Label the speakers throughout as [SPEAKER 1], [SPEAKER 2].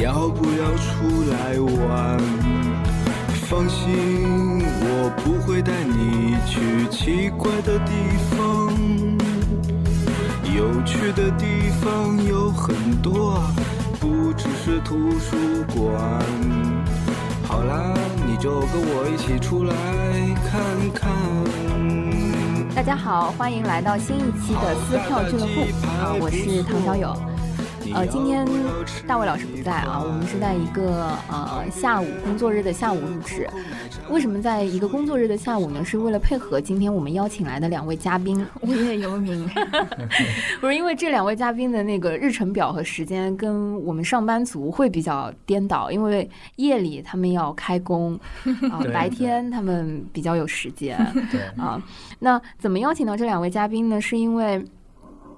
[SPEAKER 1] 要不要出来玩？放心，我不会带你去奇怪的地方。有趣的地方有很多啊，不只是图书馆。好啦，你就跟我一起出来看看。
[SPEAKER 2] 大家好，欢迎来到新一期的撕票俱乐部啊、我是唐小友。呃，今天大卫老师不在啊，我们是在一个呃下午工作日的下午录制。为什么在一个工作日的下午呢？是为了配合今天我们邀请来的两位嘉宾，
[SPEAKER 3] 无业游民。
[SPEAKER 2] 不是因为这两位嘉宾的那个日程表和时间跟我们上班族会比较颠倒，因为夜里他们要开工，啊、
[SPEAKER 4] 对
[SPEAKER 2] 白天他们比较有时间。
[SPEAKER 4] 对，
[SPEAKER 2] 啊。那怎么邀请到这两位嘉宾呢？是因为，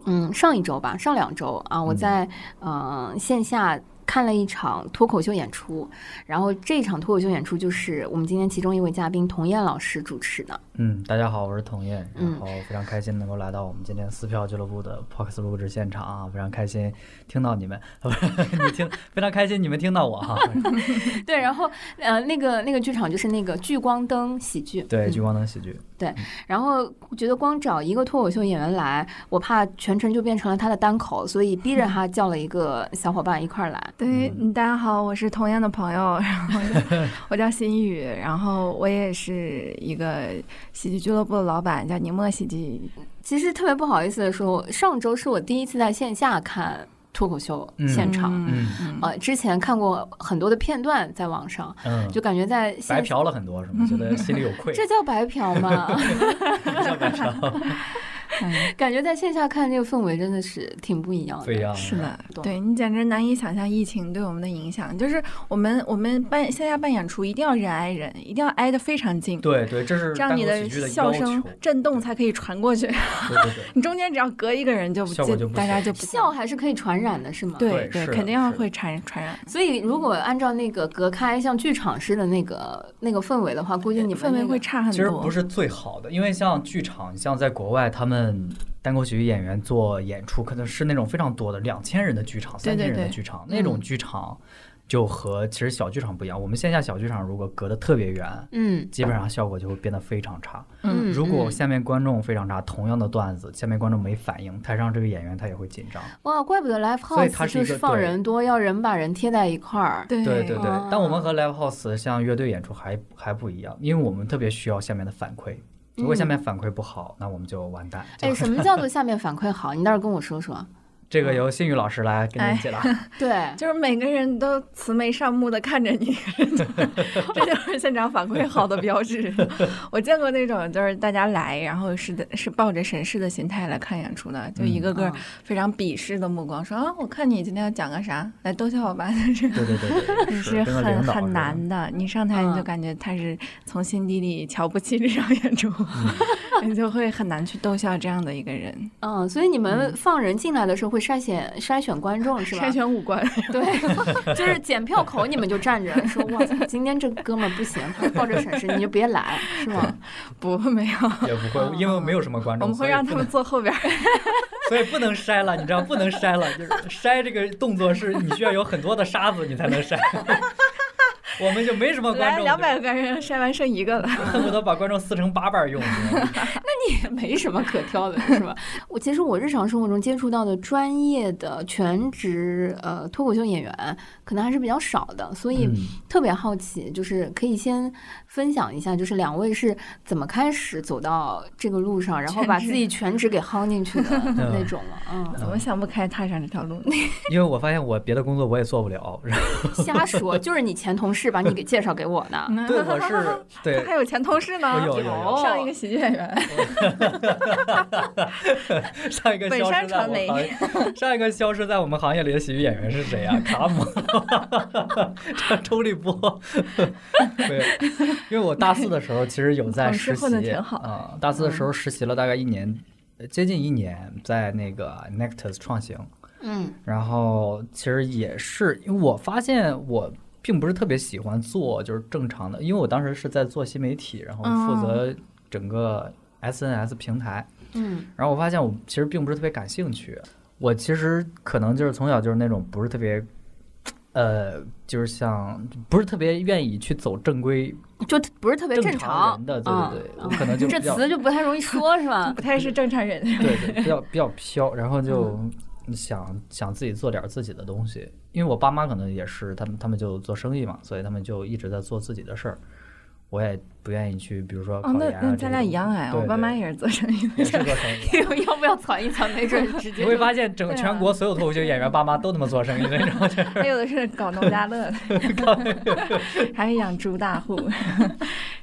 [SPEAKER 2] 嗯，上一周吧，上两周啊，我在嗯、呃线下。看了一场脱口秀演出，然后这场脱口秀演出就是我们今天其中一位嘉宾童燕老师主持的。
[SPEAKER 4] 嗯，大家好，我是童燕，
[SPEAKER 2] 嗯
[SPEAKER 4] 然后非常开心能够来到我们今天撕票俱乐部的 Podcast 录制现场啊，非常开心听到你们， 不是你听，非常开心你们听到我哈、
[SPEAKER 2] 对，然后呃，那个那个剧场就是那个聚光灯喜剧，
[SPEAKER 4] 对，
[SPEAKER 2] 嗯
[SPEAKER 4] 聚光灯喜剧，
[SPEAKER 2] 然后觉得光找一个脱口秀演员来，我怕全程就变成了他的单口，所以逼着他叫了一个小伙伴一块儿来。
[SPEAKER 3] 对，嗯大家好，我是童燕的朋友，然后我 叫我叫心雨，然后我也是一个喜剧俱乐部的老板，叫宁墨喜剧。
[SPEAKER 2] 其实特别不好意思的说，上周是我第一次在线下看脱口秀
[SPEAKER 4] 嗯
[SPEAKER 2] 现场，
[SPEAKER 4] 嗯
[SPEAKER 2] 呃，之前看过很多的片段在网上，
[SPEAKER 4] 嗯，
[SPEAKER 2] 就感觉在
[SPEAKER 4] 白
[SPEAKER 2] 线下，
[SPEAKER 4] 嫖了很多是吗？觉得心里有愧，
[SPEAKER 2] 这叫白嫖吗？
[SPEAKER 4] 叫白嫖，
[SPEAKER 3] 嗯，
[SPEAKER 2] 感觉在线下看这个氛围真的是挺不一样
[SPEAKER 4] 不一
[SPEAKER 2] 的。
[SPEAKER 4] 样，
[SPEAKER 3] 是的
[SPEAKER 2] 懂，
[SPEAKER 3] 对你简直难以想象疫情对我们的影响。就是我们我们办线下办演出，一定要人挨人，一定要挨得非常近，
[SPEAKER 4] 对对，这是
[SPEAKER 3] 这样
[SPEAKER 4] 单
[SPEAKER 3] 你
[SPEAKER 4] 口喜剧的
[SPEAKER 3] 笑
[SPEAKER 4] 要求，
[SPEAKER 3] 声震动才可以传过去。
[SPEAKER 4] 对对对，
[SPEAKER 3] 你中间只要隔一个人就不
[SPEAKER 4] 效果就不
[SPEAKER 3] 大家
[SPEAKER 4] 行
[SPEAKER 3] 就不
[SPEAKER 2] 笑还是可以传染的，是吗？
[SPEAKER 3] 对
[SPEAKER 4] 对是的
[SPEAKER 3] 肯定要
[SPEAKER 4] 是的
[SPEAKER 3] 会传传染。
[SPEAKER 2] 所以如果按照那个隔开，像剧场式的那个那个氛围的话，估计你们
[SPEAKER 3] 氛围
[SPEAKER 2] 那个
[SPEAKER 3] 会差很多。
[SPEAKER 4] 其实不是最好的，因为像剧场，像在国外，他们单口喜剧演员做演出，可能是那种非常多的两千人的剧场、
[SPEAKER 3] 对
[SPEAKER 4] 三千
[SPEAKER 3] 对
[SPEAKER 4] 人的
[SPEAKER 3] 对嗯
[SPEAKER 4] 剧场，那种剧场就和其实小剧场不一样。我们线下小剧场如果隔得特别远，
[SPEAKER 2] 嗯
[SPEAKER 4] 基本上效果就会变得非常差。
[SPEAKER 2] 嗯，
[SPEAKER 4] 如果
[SPEAKER 2] 嗯
[SPEAKER 4] 下面观众非常差，同样的段子，下面观众没反应，台上这个演员他也会紧张。
[SPEAKER 2] 哇，怪不得 live
[SPEAKER 4] 所以它
[SPEAKER 2] house
[SPEAKER 4] 是一
[SPEAKER 2] 就
[SPEAKER 4] 个
[SPEAKER 2] 是放
[SPEAKER 4] 对
[SPEAKER 2] 人多，要人把人贴在一块儿。
[SPEAKER 3] 对
[SPEAKER 4] 对对对
[SPEAKER 2] 哦，
[SPEAKER 4] 但我们和 live house 像乐队演出还还不一样，因为我们特别需要下面的反馈。如
[SPEAKER 3] 嗯
[SPEAKER 4] 果下面反馈不好，那我们就完蛋。就
[SPEAKER 2] 哎，什么叫做下面反馈好？你倒是跟我说说。
[SPEAKER 4] 这
[SPEAKER 3] 嗯
[SPEAKER 4] 个由信宇老师来给你解答。
[SPEAKER 3] 哎
[SPEAKER 2] 对，
[SPEAKER 3] 就是每个人都慈眉善目的看着你， 这就是现场反馈好的标志。 我见过那种就是大家来，然后是的是抱着审视的心态来看演出的，就一个个
[SPEAKER 2] 嗯
[SPEAKER 3] 非常鄙视的目光，说啊，我看你今天要讲个啥，来逗笑我吧。
[SPEAKER 4] 对对对对对，
[SPEAKER 3] 这
[SPEAKER 4] 是
[SPEAKER 3] 是
[SPEAKER 4] 跟个
[SPEAKER 3] 很
[SPEAKER 4] 领导
[SPEAKER 3] 很
[SPEAKER 4] 似
[SPEAKER 3] 难的，你上台你就
[SPEAKER 2] 嗯
[SPEAKER 3] 感觉他是从心底里瞧不起这场演出，
[SPEAKER 4] 嗯
[SPEAKER 3] 你就会很难去逗笑这样的一个人，
[SPEAKER 2] 嗯，所以你们放人进来的时候会筛选筛选观众是吧？
[SPEAKER 3] 筛选五 官。
[SPEAKER 2] 对， 就是检票口你们就站着说哇，今天这哥们儿不行，他抱着审视你就别来是吗？
[SPEAKER 3] 不，没有，
[SPEAKER 4] 的，也不会，因为没有什么观
[SPEAKER 3] 我
[SPEAKER 4] 众，
[SPEAKER 3] 们
[SPEAKER 4] 所
[SPEAKER 3] 会
[SPEAKER 4] 以
[SPEAKER 3] 让
[SPEAKER 4] 不
[SPEAKER 3] 他
[SPEAKER 4] 能
[SPEAKER 3] 们坐后边儿。
[SPEAKER 4] 所以不能筛了，你知道不能筛了，就是筛这个动作是你需要有很多的沙子你才能筛。 我们就没什么观
[SPEAKER 3] 来
[SPEAKER 4] 众，
[SPEAKER 3] 两百个人筛完剩一个了，
[SPEAKER 4] 恨不得把观众撕成八瓣儿用。你知道吗
[SPEAKER 2] 也没什么可挑的是吧？ 我其实我日常生活中接触到的专业的全职呃脱口秀演员可能还是比较少的，所以特别好奇，就是可以先分享一下，就是两位是怎么开始走到这个路上，然后把自己全职给薅进 去的那种吗？嗯，
[SPEAKER 3] 怎么想不开踏上这条路？
[SPEAKER 4] 因为我发现我别的工作我也做不了，然后
[SPEAKER 2] 瞎 说，就是你前同事把你给介绍给我的。
[SPEAKER 3] 嗯
[SPEAKER 4] 对我是对
[SPEAKER 3] 还有前同事呢，
[SPEAKER 4] 我有有有
[SPEAKER 3] 嗯上
[SPEAKER 2] 哦
[SPEAKER 3] 一个喜剧演员，
[SPEAKER 4] 上一个
[SPEAKER 3] 本
[SPEAKER 4] 消
[SPEAKER 3] 山
[SPEAKER 4] 失在
[SPEAKER 3] 传
[SPEAKER 4] 我
[SPEAKER 3] 媒
[SPEAKER 4] 行业，上一个消失在我们行业里的喜剧演员是谁啊？卡姆，这周立波。对，因为我大四的时候其实有 在
[SPEAKER 3] 同
[SPEAKER 4] 实
[SPEAKER 3] 事
[SPEAKER 4] 习，
[SPEAKER 3] 混得挺好嗯
[SPEAKER 4] 啊、大四的时候实习了大概一年，呃接近一年，在那个 Nectus 创行，
[SPEAKER 2] 嗯
[SPEAKER 4] 然后其实也是因为我发现我。并不是特别喜欢做就是正常的，因为我当时是在做新媒体，然后负
[SPEAKER 3] 哦
[SPEAKER 4] 责整个 SNS 平台，
[SPEAKER 2] 嗯
[SPEAKER 4] 然后我发现我其实并不是特别感兴趣，我其实可能就是从小就是那种不是特别，呃，就是像不是特别愿意去走正规
[SPEAKER 3] 嗯
[SPEAKER 2] 就不是特别
[SPEAKER 4] 正
[SPEAKER 2] 常
[SPEAKER 4] 人的，对
[SPEAKER 2] 嗯
[SPEAKER 4] 对对，我
[SPEAKER 2] 嗯
[SPEAKER 4] 可能就
[SPEAKER 2] 这
[SPEAKER 4] 比较
[SPEAKER 2] 词就不太容易说，是 吧？
[SPEAKER 3] 不太是正常人。
[SPEAKER 4] 对对，比较比较飘，然后就
[SPEAKER 3] 嗯
[SPEAKER 4] 想想自己做点儿自己的东西，因为我爸妈可能也是，他们他们就做生意嘛，所以他们就一直在做自己的事儿。我也不愿意去，比如说考
[SPEAKER 3] 哦，那
[SPEAKER 4] 研啊
[SPEAKER 3] 那
[SPEAKER 4] 这
[SPEAKER 3] 咱俩
[SPEAKER 4] 种
[SPEAKER 3] 一样哎，
[SPEAKER 4] 对
[SPEAKER 3] 我爸
[SPEAKER 4] 对
[SPEAKER 3] 妈也是做生意的
[SPEAKER 4] 也。是做生意的。
[SPEAKER 2] 要不要攒一攒？没准直接
[SPEAKER 4] 你
[SPEAKER 2] 就
[SPEAKER 4] 会发现，整
[SPEAKER 3] 对啊
[SPEAKER 4] 全国所有脱口秀演员爸妈都他妈做生意的，你知道吗？
[SPEAKER 3] 还有的是搞农家乐的， 还有养猪大户，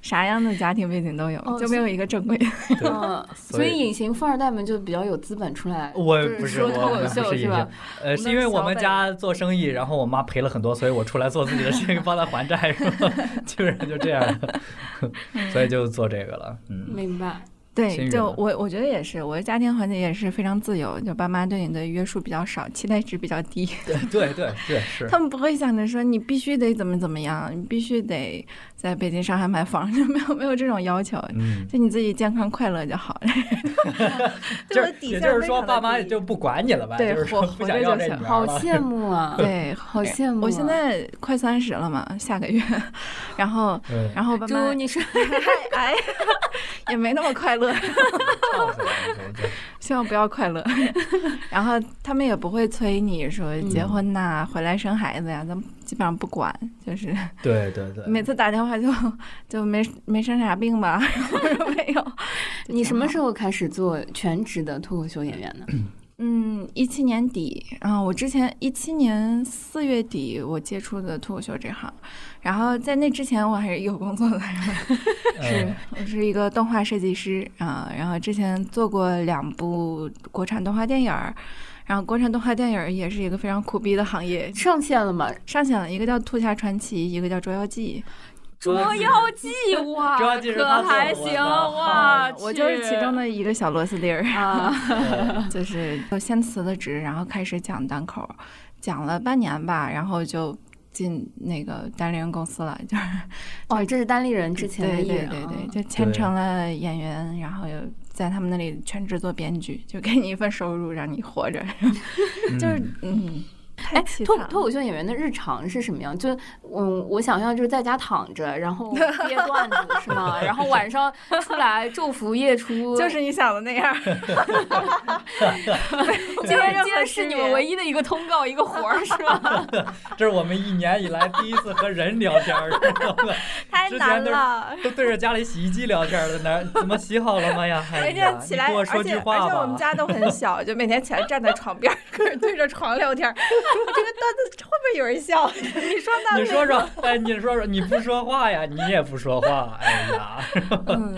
[SPEAKER 3] 啥样的家庭背景都有，
[SPEAKER 2] 哦
[SPEAKER 3] 就没有一个正 规的。
[SPEAKER 4] 对
[SPEAKER 2] 嗯，
[SPEAKER 4] 所
[SPEAKER 2] 所
[SPEAKER 4] 以
[SPEAKER 2] 以隐形富二代们就比较有资本出来，
[SPEAKER 4] 我
[SPEAKER 2] 就是
[SPEAKER 4] 不是
[SPEAKER 2] 说脱
[SPEAKER 4] 我
[SPEAKER 2] 口
[SPEAKER 4] 们
[SPEAKER 2] 秀
[SPEAKER 4] 不是
[SPEAKER 2] 是
[SPEAKER 4] 影
[SPEAKER 2] 吧
[SPEAKER 4] 响？，呃，是因为我们家做生意，然后我妈赔了很多，所以我出来做自己的生意，帮她还债，是吧？ 基本上就这样，
[SPEAKER 3] 嗯
[SPEAKER 4] 所以就做这个了。嗯，
[SPEAKER 2] 明白，
[SPEAKER 4] 新
[SPEAKER 3] 对，
[SPEAKER 4] 人
[SPEAKER 3] 就
[SPEAKER 4] 啊
[SPEAKER 3] 我我觉得也是，我的家庭环境也是非常自由，就爸妈对你的约束比较少，期待值比较低，
[SPEAKER 4] 对 对对对，是
[SPEAKER 3] 他们不会想着说你必须得怎么怎么样，你必须得在北京、上海买房， 就没有没有这种要求。
[SPEAKER 4] 嗯，
[SPEAKER 3] 就你自己健康快乐就好了，
[SPEAKER 4] 就
[SPEAKER 3] 我
[SPEAKER 4] 是
[SPEAKER 3] 的底
[SPEAKER 4] 也
[SPEAKER 3] 线
[SPEAKER 4] 就是
[SPEAKER 3] 非
[SPEAKER 4] 说，
[SPEAKER 3] 常地
[SPEAKER 4] 爸妈
[SPEAKER 3] 低
[SPEAKER 4] 就不管你了吧？
[SPEAKER 3] 对
[SPEAKER 4] 就是说
[SPEAKER 3] 活
[SPEAKER 4] 不
[SPEAKER 3] 活
[SPEAKER 4] 想
[SPEAKER 3] 着
[SPEAKER 4] 要
[SPEAKER 3] 就
[SPEAKER 4] 这
[SPEAKER 3] 行
[SPEAKER 4] 女
[SPEAKER 2] 好
[SPEAKER 4] 儿了。
[SPEAKER 2] 羡慕 啊！
[SPEAKER 3] 对，
[SPEAKER 2] 好羡慕啊
[SPEAKER 3] 我现在快三十了嘛，下个月， 然后
[SPEAKER 4] 嗯，
[SPEAKER 3] 然后爸妈
[SPEAKER 2] 祝你生
[SPEAKER 3] 哎，也没那么快乐，
[SPEAKER 4] 笑死了我觉得
[SPEAKER 3] 希望不要快乐。 然后他们也不会催你说结婚
[SPEAKER 2] 嗯
[SPEAKER 3] 呐、回来生孩子呀，咱们基本上不管，就是
[SPEAKER 4] 对对对，
[SPEAKER 3] 每次打电话就就没没生啥病吧， 我说 没有。
[SPEAKER 2] 你什么时
[SPEAKER 3] 候？
[SPEAKER 2] 候开始做全职的脱口秀演 员呢？
[SPEAKER 3] 嗯，一七年底，啊，我之前一七年四月底我接触的脱口秀这行，然后在那之前我还是有工作的，是
[SPEAKER 4] 嗯
[SPEAKER 3] 我是一个动画设计师啊，然后之前做过两部国产动画电影儿，然后国产动画电影儿也是一个非常苦逼的行业，
[SPEAKER 2] 上线了吗？
[SPEAKER 3] 上线了一个叫《兔侠传奇》，一个叫《捉妖记
[SPEAKER 4] 捉妖记
[SPEAKER 2] 记》，哇
[SPEAKER 4] 捉妖记是他
[SPEAKER 2] 可
[SPEAKER 4] 做的
[SPEAKER 2] 还
[SPEAKER 4] 我
[SPEAKER 2] 行啊
[SPEAKER 4] 操
[SPEAKER 2] 哇！
[SPEAKER 3] 我就是其中
[SPEAKER 2] 的
[SPEAKER 3] 的一个小螺丝钉儿，
[SPEAKER 2] 啊，
[SPEAKER 4] 嗯
[SPEAKER 3] 就是我先辞了职，然后开始讲单口，讲了半年吧，然后就进那个单立人公司了，就是
[SPEAKER 2] 哦，这是单立人之前的哦
[SPEAKER 3] 对
[SPEAKER 2] 艺
[SPEAKER 3] 对
[SPEAKER 2] 人，啊
[SPEAKER 3] 对对，，就签成了演员，然后又在他们那里全职做编剧，就给你一份收入让你活着，就是嗯，太
[SPEAKER 2] 哎，
[SPEAKER 3] 凄
[SPEAKER 2] 脱
[SPEAKER 3] 惨
[SPEAKER 2] 脱
[SPEAKER 3] 了
[SPEAKER 2] 口秀演员的日常是什么样？就嗯，我想象就是在家躺着，然 后憋段子是吗？然后晚上出来昼伏夜出，
[SPEAKER 3] 就是你想的那 样，
[SPEAKER 2] 今
[SPEAKER 3] 没有任
[SPEAKER 2] 天
[SPEAKER 3] 何
[SPEAKER 2] 今天是
[SPEAKER 3] 区
[SPEAKER 2] 你
[SPEAKER 3] 别
[SPEAKER 2] 们唯一的一个通告一个活儿是吗？
[SPEAKER 4] 这是我们一年以来第一次和人聊天儿， 知道吗
[SPEAKER 3] 太
[SPEAKER 4] 之前
[SPEAKER 3] 难
[SPEAKER 4] 都是
[SPEAKER 3] 了。
[SPEAKER 4] 都对着家里洗衣机聊天儿了，哪怎么洗好了吗呀？哎
[SPEAKER 3] 人
[SPEAKER 4] 呀
[SPEAKER 3] 家起
[SPEAKER 4] 你
[SPEAKER 3] 来，
[SPEAKER 4] 给我
[SPEAKER 3] 而
[SPEAKER 4] 说
[SPEAKER 3] 且
[SPEAKER 4] 句
[SPEAKER 3] 而
[SPEAKER 4] 话
[SPEAKER 3] 且我们
[SPEAKER 4] 吧。
[SPEAKER 3] 家都 很小，就每天起来站在床边儿， 跟人对着床聊天儿。我这个段子会不会有人笑？ 你说呢？
[SPEAKER 4] 你 说说，哎，你说说，你不说话呀，你也不说话，哎呀，
[SPEAKER 3] 嗯，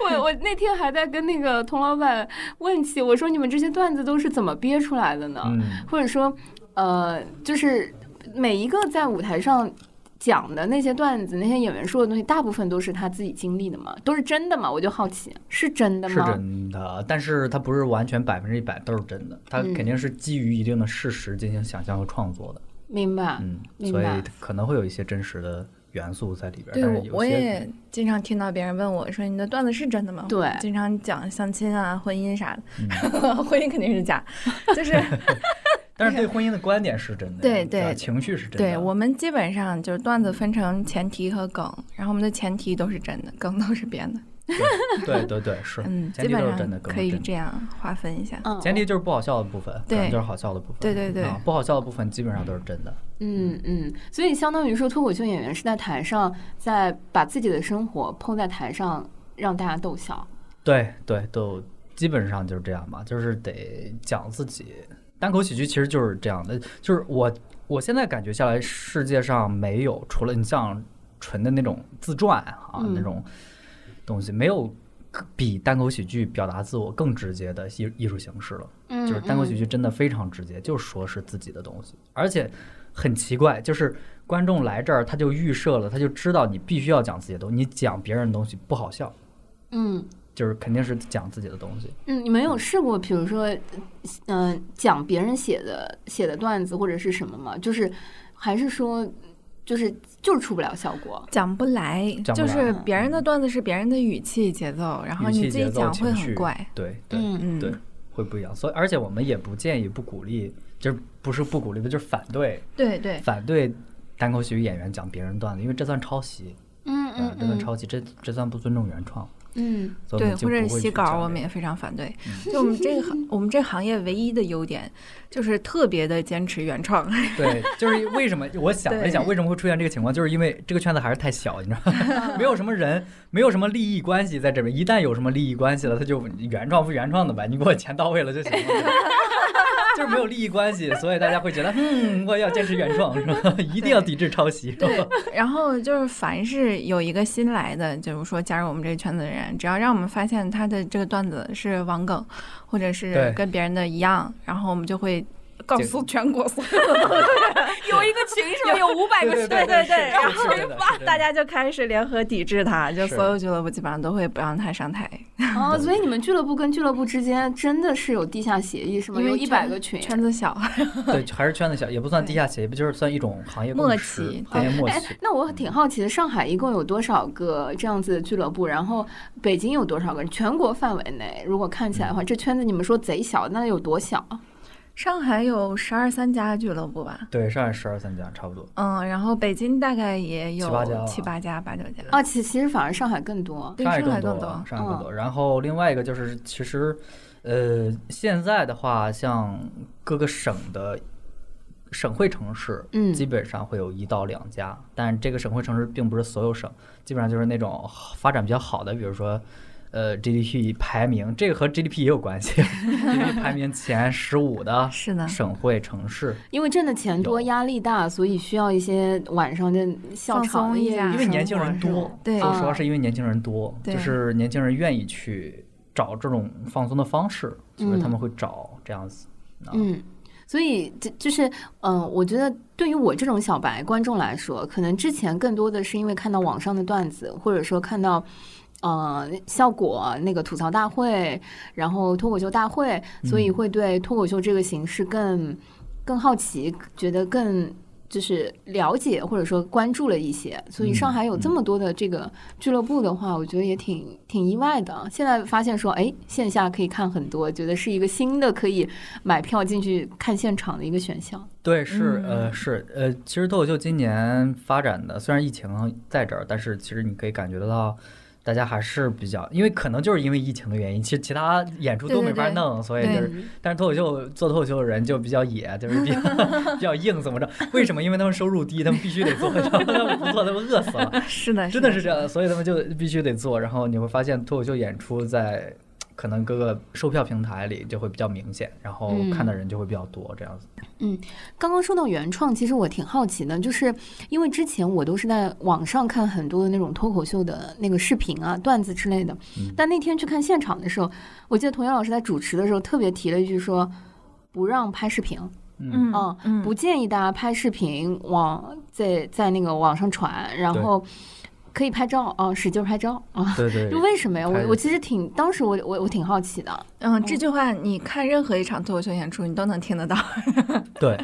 [SPEAKER 2] 我我那天还在跟那个童老板问起，我说你们这些段子都是怎么憋出来的呢？
[SPEAKER 4] 嗯，
[SPEAKER 2] 或者说，呃，就是每一个在舞台上讲的那些段子，那些演员说的东西，大部分都是他自己经历的嘛，都是真的嘛？我就好奇，是真的
[SPEAKER 4] 是
[SPEAKER 2] 吗？
[SPEAKER 4] 真的，但是它不是完全百分之一百都是真的，它
[SPEAKER 2] 嗯
[SPEAKER 4] 肯定是基于一定的事实进行想象和创作的，
[SPEAKER 2] 明
[SPEAKER 3] 啊
[SPEAKER 2] 白。
[SPEAKER 4] 嗯，
[SPEAKER 2] 明
[SPEAKER 4] 所以
[SPEAKER 2] 白
[SPEAKER 4] 可能会有一些真实的元素在里边儿，
[SPEAKER 3] 对
[SPEAKER 4] 但是，有
[SPEAKER 3] 我我
[SPEAKER 4] 些
[SPEAKER 3] 也经常听到别人问我说：“你的段子是真的吗？”
[SPEAKER 2] 对
[SPEAKER 3] 经常讲相亲啊、婚姻啥的，
[SPEAKER 4] 嗯
[SPEAKER 3] 婚姻肯定是假， 就是
[SPEAKER 4] 但是对婚姻的观点是真的，
[SPEAKER 3] 对
[SPEAKER 4] 吧
[SPEAKER 3] 对
[SPEAKER 4] 情绪是真的，
[SPEAKER 3] 对我们基本上就是段子分成前提和梗，然后我们的前提都是真的，梗都是编的，
[SPEAKER 4] 对对对是，
[SPEAKER 3] 嗯，
[SPEAKER 4] 前
[SPEAKER 3] 基
[SPEAKER 4] 提
[SPEAKER 3] 本
[SPEAKER 4] 都是真的，
[SPEAKER 3] 上
[SPEAKER 4] 梗
[SPEAKER 3] 可
[SPEAKER 4] 是
[SPEAKER 3] 以
[SPEAKER 4] 真的
[SPEAKER 3] 这样划分一下。
[SPEAKER 2] 嗯，
[SPEAKER 4] 前提就是不好笑的部分，可能
[SPEAKER 3] 对
[SPEAKER 4] 就是好笑的部分，
[SPEAKER 3] 对对对
[SPEAKER 4] 啊，不好笑的部分基本上都是真的，
[SPEAKER 2] 嗯嗯，所以相当于说，脱口秀演员是在台上，在把自己的生活抛在台上，让大家逗笑。
[SPEAKER 4] 对对，都基本上就是这样吧，就是得讲自己。单口喜剧其实就是这样的，就是我我现在感觉下来，世界上没有除了你像纯的那种自传啊、
[SPEAKER 2] 嗯
[SPEAKER 4] 那种东西，没有比单口喜剧表达自我更直接的艺艺术形式了。
[SPEAKER 2] 嗯
[SPEAKER 4] 就是单口喜
[SPEAKER 2] 剧。
[SPEAKER 4] 剧真的非常直接，就说是自己的东西，而且很奇怪，就是观众来这儿他就预设了，他就知道你必须要讲自己的东西，你讲别人的东西不好笑，
[SPEAKER 2] 嗯
[SPEAKER 4] 就是肯定是讲自己的东西。
[SPEAKER 2] 嗯，你们有试过，比如说，嗯、讲别人写的写的段子或者是什么吗？就是还是说，就是就是出不了效果。
[SPEAKER 3] 讲不来，
[SPEAKER 4] 讲不
[SPEAKER 3] 就
[SPEAKER 4] 来
[SPEAKER 3] 是别人的段子是别人的语气节奏，然后
[SPEAKER 4] 语
[SPEAKER 3] 你
[SPEAKER 4] 气
[SPEAKER 3] 自
[SPEAKER 4] 节
[SPEAKER 3] 己
[SPEAKER 4] 奏
[SPEAKER 3] 讲
[SPEAKER 4] 情
[SPEAKER 3] 会
[SPEAKER 4] 绪
[SPEAKER 3] 很怪。
[SPEAKER 4] 对对
[SPEAKER 2] 嗯
[SPEAKER 3] 嗯，
[SPEAKER 4] 对，会不一样。所以而且我们也不建议不鼓励，就是不是不鼓励吧，就是反对
[SPEAKER 3] 对对，
[SPEAKER 4] 反对单口喜剧演员讲别人段子，因为这算抄袭，
[SPEAKER 2] 嗯
[SPEAKER 4] 嗯，
[SPEAKER 2] 嗯
[SPEAKER 4] 这算
[SPEAKER 2] 嗯
[SPEAKER 4] 抄袭，这这算不尊重原创，
[SPEAKER 2] 嗯
[SPEAKER 4] 所以我
[SPEAKER 3] 对，
[SPEAKER 4] 们就
[SPEAKER 3] 或
[SPEAKER 4] 不
[SPEAKER 3] 者
[SPEAKER 4] 会
[SPEAKER 3] 洗
[SPEAKER 4] 去
[SPEAKER 3] 稿
[SPEAKER 4] 讲
[SPEAKER 3] 儿，我
[SPEAKER 4] 这
[SPEAKER 3] 们
[SPEAKER 4] 个
[SPEAKER 3] 也非常 反对。就我们这个行，我们这行业唯一的优点，就是特别的坚持原创。
[SPEAKER 4] 对，就是为什么我想了一想，为什么会出现这个情况，就是因为这个圈子还是太小，你知道 吗？没有什么人，没有什么利益关系在这边。一旦有什么利益关系了，他就原创不原创的吧，你给我钱到位了就行了。 就是没有利益关系，所以大家会觉得，嗯，我要坚持原创，是吧？ 一定要抵制抄袭，是吧？
[SPEAKER 3] 对，然后就是凡是有一个新来的，就是说加入我们这个圈子的人，只要让我们发现他的这个段子是网梗，或者
[SPEAKER 4] 对
[SPEAKER 3] 是跟别人的一样，然后我们就会告
[SPEAKER 4] 这
[SPEAKER 3] 诉全国所有
[SPEAKER 2] 有一个群是吧？有五百个群，
[SPEAKER 4] 对
[SPEAKER 3] 对对
[SPEAKER 4] 然后
[SPEAKER 3] 大家就开始联合抵制他，就是所有俱乐部基本上都会不让他上台，
[SPEAKER 2] 哦，所以你们俱乐部跟俱乐部之间真的是有地下协议是吗？
[SPEAKER 3] 因为
[SPEAKER 2] 有一
[SPEAKER 3] 圈
[SPEAKER 2] 百个群，
[SPEAKER 3] 圈子小。
[SPEAKER 4] 对，还是圈子小，也不算地下企业，不就是算一种行业共
[SPEAKER 3] 默
[SPEAKER 4] 识
[SPEAKER 3] 契
[SPEAKER 4] 行业默
[SPEAKER 2] 哎
[SPEAKER 4] 契，。
[SPEAKER 2] 那我挺好奇的，上海一共有多少个这样子的俱乐部？然后北京有多少个？全国范围内，如果看起来的话，
[SPEAKER 4] 嗯
[SPEAKER 2] 这圈子你们说贼小，那有多小？ 啊
[SPEAKER 3] 上海有十二三家俱乐部吧，
[SPEAKER 4] 对，上海十二三家差不多。
[SPEAKER 3] 嗯，然后北京大概也
[SPEAKER 4] 七
[SPEAKER 3] 有
[SPEAKER 4] 八家吧
[SPEAKER 3] 七八家、八九家。
[SPEAKER 2] 啊，其其实反而上海更多。
[SPEAKER 3] 对，
[SPEAKER 4] 上海
[SPEAKER 3] 上海
[SPEAKER 4] 多，
[SPEAKER 3] 更啊多。
[SPEAKER 4] 上海更多。然后另外一个就是，其实，呃，现在的话，像各个省的省会城市，
[SPEAKER 2] 嗯
[SPEAKER 4] 基本上会有一到两家，但这个省会城市并不是所有省，基本上就是那种发展比较好的，比如说。呃，GDP 排名，这个和 GDP 也有关系 ，GDP 排名前十五的
[SPEAKER 3] 是的
[SPEAKER 4] 省会城市，
[SPEAKER 2] 因为挣的钱多，
[SPEAKER 4] 有
[SPEAKER 2] 压力大，所以需要一些晚上的笑
[SPEAKER 3] 放
[SPEAKER 2] 场
[SPEAKER 3] 松
[SPEAKER 2] 的
[SPEAKER 3] 一
[SPEAKER 2] 夜
[SPEAKER 3] 下
[SPEAKER 2] 生活
[SPEAKER 4] 因为年轻人
[SPEAKER 2] 是吧
[SPEAKER 4] 多，
[SPEAKER 3] 对
[SPEAKER 4] 说实话
[SPEAKER 2] 啊
[SPEAKER 4] 是因为年轻人多，
[SPEAKER 3] 对
[SPEAKER 4] 就是年轻人愿意去找这种放松的方式，所以
[SPEAKER 3] 嗯
[SPEAKER 4] 他们会找这样子。啊
[SPEAKER 2] 嗯，所以这就是，嗯、我觉得对于我这种小白观众来说，可能之前更多的是因为看到网上的段子，或者说看到。呃，效果那个吐槽大会，然后脱口秀大会，所以会对脱口秀这个形式更更好奇，觉得更就是了解或者说关注了一些。所以上海有这么多的这个俱乐部的话，我觉得也挺挺意外的。现在发现说，哎，线下可以看很多，觉得是一个新的可以买票进去看现场的一个选项。
[SPEAKER 4] 对，是，
[SPEAKER 3] 嗯
[SPEAKER 4] 呃，是，呃，其实脱口秀今年发展的，虽然疫情在这儿，但是其实你可以感觉得到，大家还是比较，因为可能就是因为疫情的原因，其实其他演出都
[SPEAKER 3] 对
[SPEAKER 4] 没
[SPEAKER 3] 对
[SPEAKER 4] 法
[SPEAKER 3] 对
[SPEAKER 4] 弄，所以就是，但是脱口秀做脱口秀的人就比较野，就是比较 比较硬，怎么着？为什么？因为他们收入低，他们必须得做， 他们不做他们饿死了。
[SPEAKER 3] 是的，
[SPEAKER 4] 真的是这样的，所以他们就必须得做。然后你会发现脱口秀演出在可能各个售票平台里就会比较明显，然后
[SPEAKER 2] 嗯
[SPEAKER 4] 看的人就会比较多，这样子。
[SPEAKER 2] 刚刚说到原创，其实我挺好奇的，就是因为之前我都是在网上看很多的那种脱口秀的那个视频啊、段子之类的，
[SPEAKER 4] 嗯
[SPEAKER 2] 但那天去看现场的时候，我记得童谣老师在主持的时候特别提了一句说。不让拍视频，
[SPEAKER 3] 嗯
[SPEAKER 2] 嗯，
[SPEAKER 3] 嗯
[SPEAKER 2] 不建议大家拍视频往在在那个网上传，然
[SPEAKER 4] 对
[SPEAKER 2] 后可以拍照啊、使劲拍照啊。
[SPEAKER 4] 对对
[SPEAKER 2] 就为什么呀？
[SPEAKER 4] 拍
[SPEAKER 2] 我
[SPEAKER 4] 着
[SPEAKER 2] 我其实挺，当时我我我挺好奇的。
[SPEAKER 3] 嗯，这句话你看任何一场脱口秀演出，你都能听得到。
[SPEAKER 4] 对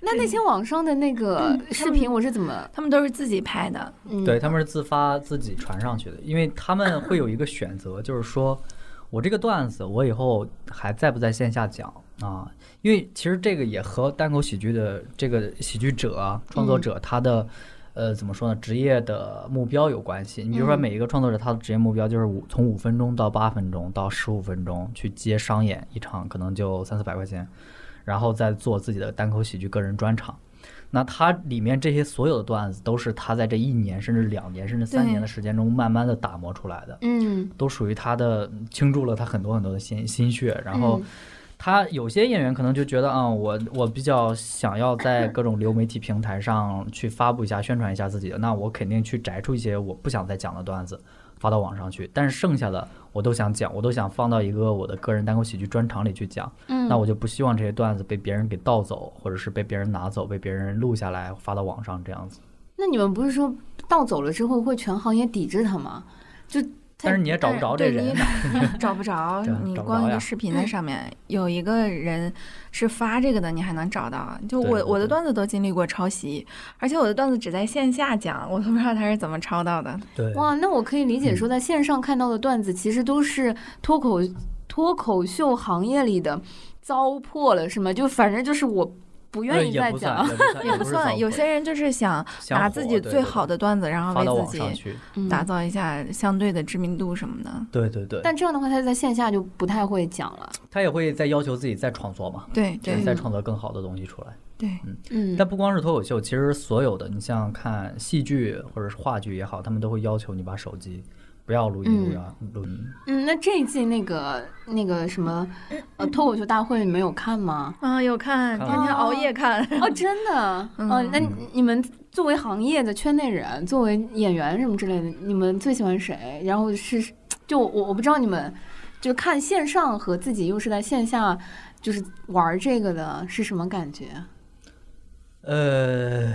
[SPEAKER 2] 那那些网上的那
[SPEAKER 3] 嗯
[SPEAKER 2] 个视频，我是怎么？
[SPEAKER 3] 他们都是自己拍的，
[SPEAKER 2] 嗯，
[SPEAKER 4] 对，他们是自发自己传上去的，因为他们会有一个选择，就是说我这个段子我以后还在不在线下讲啊？因为其实这个也和单口喜剧的这个喜剧者啊、创
[SPEAKER 2] 嗯
[SPEAKER 4] 作者他的、呃怎么说呢，职业的目标有关系。你比如说
[SPEAKER 2] 嗯
[SPEAKER 4] 每一个创作者他的职业目标就是五从五分钟到八分钟到十五分钟去接商演一场，可能就三四百块钱，然后再做自己的单口喜剧个人专场。那他里面这些所有的段子，都是他在这一年、甚至两年、甚至三
[SPEAKER 3] 对
[SPEAKER 4] 年的时间中慢慢的打磨出来的。
[SPEAKER 2] 嗯
[SPEAKER 4] 都属于他的倾注了他很多很多的心心血，然后
[SPEAKER 2] 嗯
[SPEAKER 4] 他有些演员可能就觉得啊、我我比较想要在各种流媒体平台上去发布一下、宣传一下自己的，那我肯定去摘出一些我不想再讲的段子发到网上去，但是剩下的我都想讲，我都想放到一个我的个人单口喜剧专场里去讲，
[SPEAKER 2] 嗯，
[SPEAKER 4] 那我就不希望这些段子被别人给盗走，或者是被别人拿走、被别人录下来发到网上这样子。
[SPEAKER 2] 那你们不是说盗走了之后会全行业抵制他吗？就
[SPEAKER 4] 但是你也找不着这人，
[SPEAKER 3] 人，找不着
[SPEAKER 4] 对。
[SPEAKER 3] 你
[SPEAKER 4] 找不
[SPEAKER 3] 光
[SPEAKER 4] 着
[SPEAKER 3] 一
[SPEAKER 4] 呀
[SPEAKER 3] 个视频在上面有一个人是发这个的，你还能找到。就
[SPEAKER 4] 对
[SPEAKER 3] 我
[SPEAKER 4] 对
[SPEAKER 3] 我的
[SPEAKER 4] 对
[SPEAKER 3] 段子都经历过抄袭，而且我的段子只在线下讲，我都不知道他是怎么抄到的。
[SPEAKER 4] 对嗯
[SPEAKER 2] 哇，那我可以理解说，在线上看到的段子其实都是脱口脱口秀行业里的糟粕了，是吗？就反正就是我不
[SPEAKER 4] 呃
[SPEAKER 2] 愿意
[SPEAKER 4] 也
[SPEAKER 2] 再
[SPEAKER 4] 不
[SPEAKER 2] 讲
[SPEAKER 4] 算，。
[SPEAKER 3] 也不算，有些人就是想
[SPEAKER 4] 想
[SPEAKER 3] 拿自
[SPEAKER 4] 火
[SPEAKER 3] 己
[SPEAKER 4] 对
[SPEAKER 3] 最
[SPEAKER 4] 对
[SPEAKER 3] 好的段子，然后
[SPEAKER 4] 发到
[SPEAKER 3] 为
[SPEAKER 4] 网
[SPEAKER 3] 自
[SPEAKER 4] 上
[SPEAKER 3] 己
[SPEAKER 4] 去，
[SPEAKER 2] 嗯
[SPEAKER 3] 打造一下相对的知名度什么的。
[SPEAKER 4] 对对对，
[SPEAKER 2] 但这样的话，他在线下就不太会讲了。
[SPEAKER 4] 他也会再要求自己再创作嘛，
[SPEAKER 3] 对
[SPEAKER 4] 就是
[SPEAKER 3] 对
[SPEAKER 4] 再创作更好的东西出来。
[SPEAKER 3] 对，
[SPEAKER 2] 嗯，
[SPEAKER 4] 但不光是脱口秀，其实所有的，你像看戏剧或者是话剧也好，他们都会要求你把手机不要录音录呀录音。
[SPEAKER 2] 嗯，那这一季那个那个什么呃脱口秀大会你们有看吗？
[SPEAKER 3] 啊，有看，
[SPEAKER 4] 看
[SPEAKER 3] 天
[SPEAKER 4] 了
[SPEAKER 3] 天熬夜看，
[SPEAKER 2] 哦，真的，哦，那你你们作为行业的圈内人，作为演员什么之类的，你们最喜欢谁？然后是就我我不知道你们就看线上和自己又是在线下就是玩这个的是什么感觉？啊
[SPEAKER 4] 呃，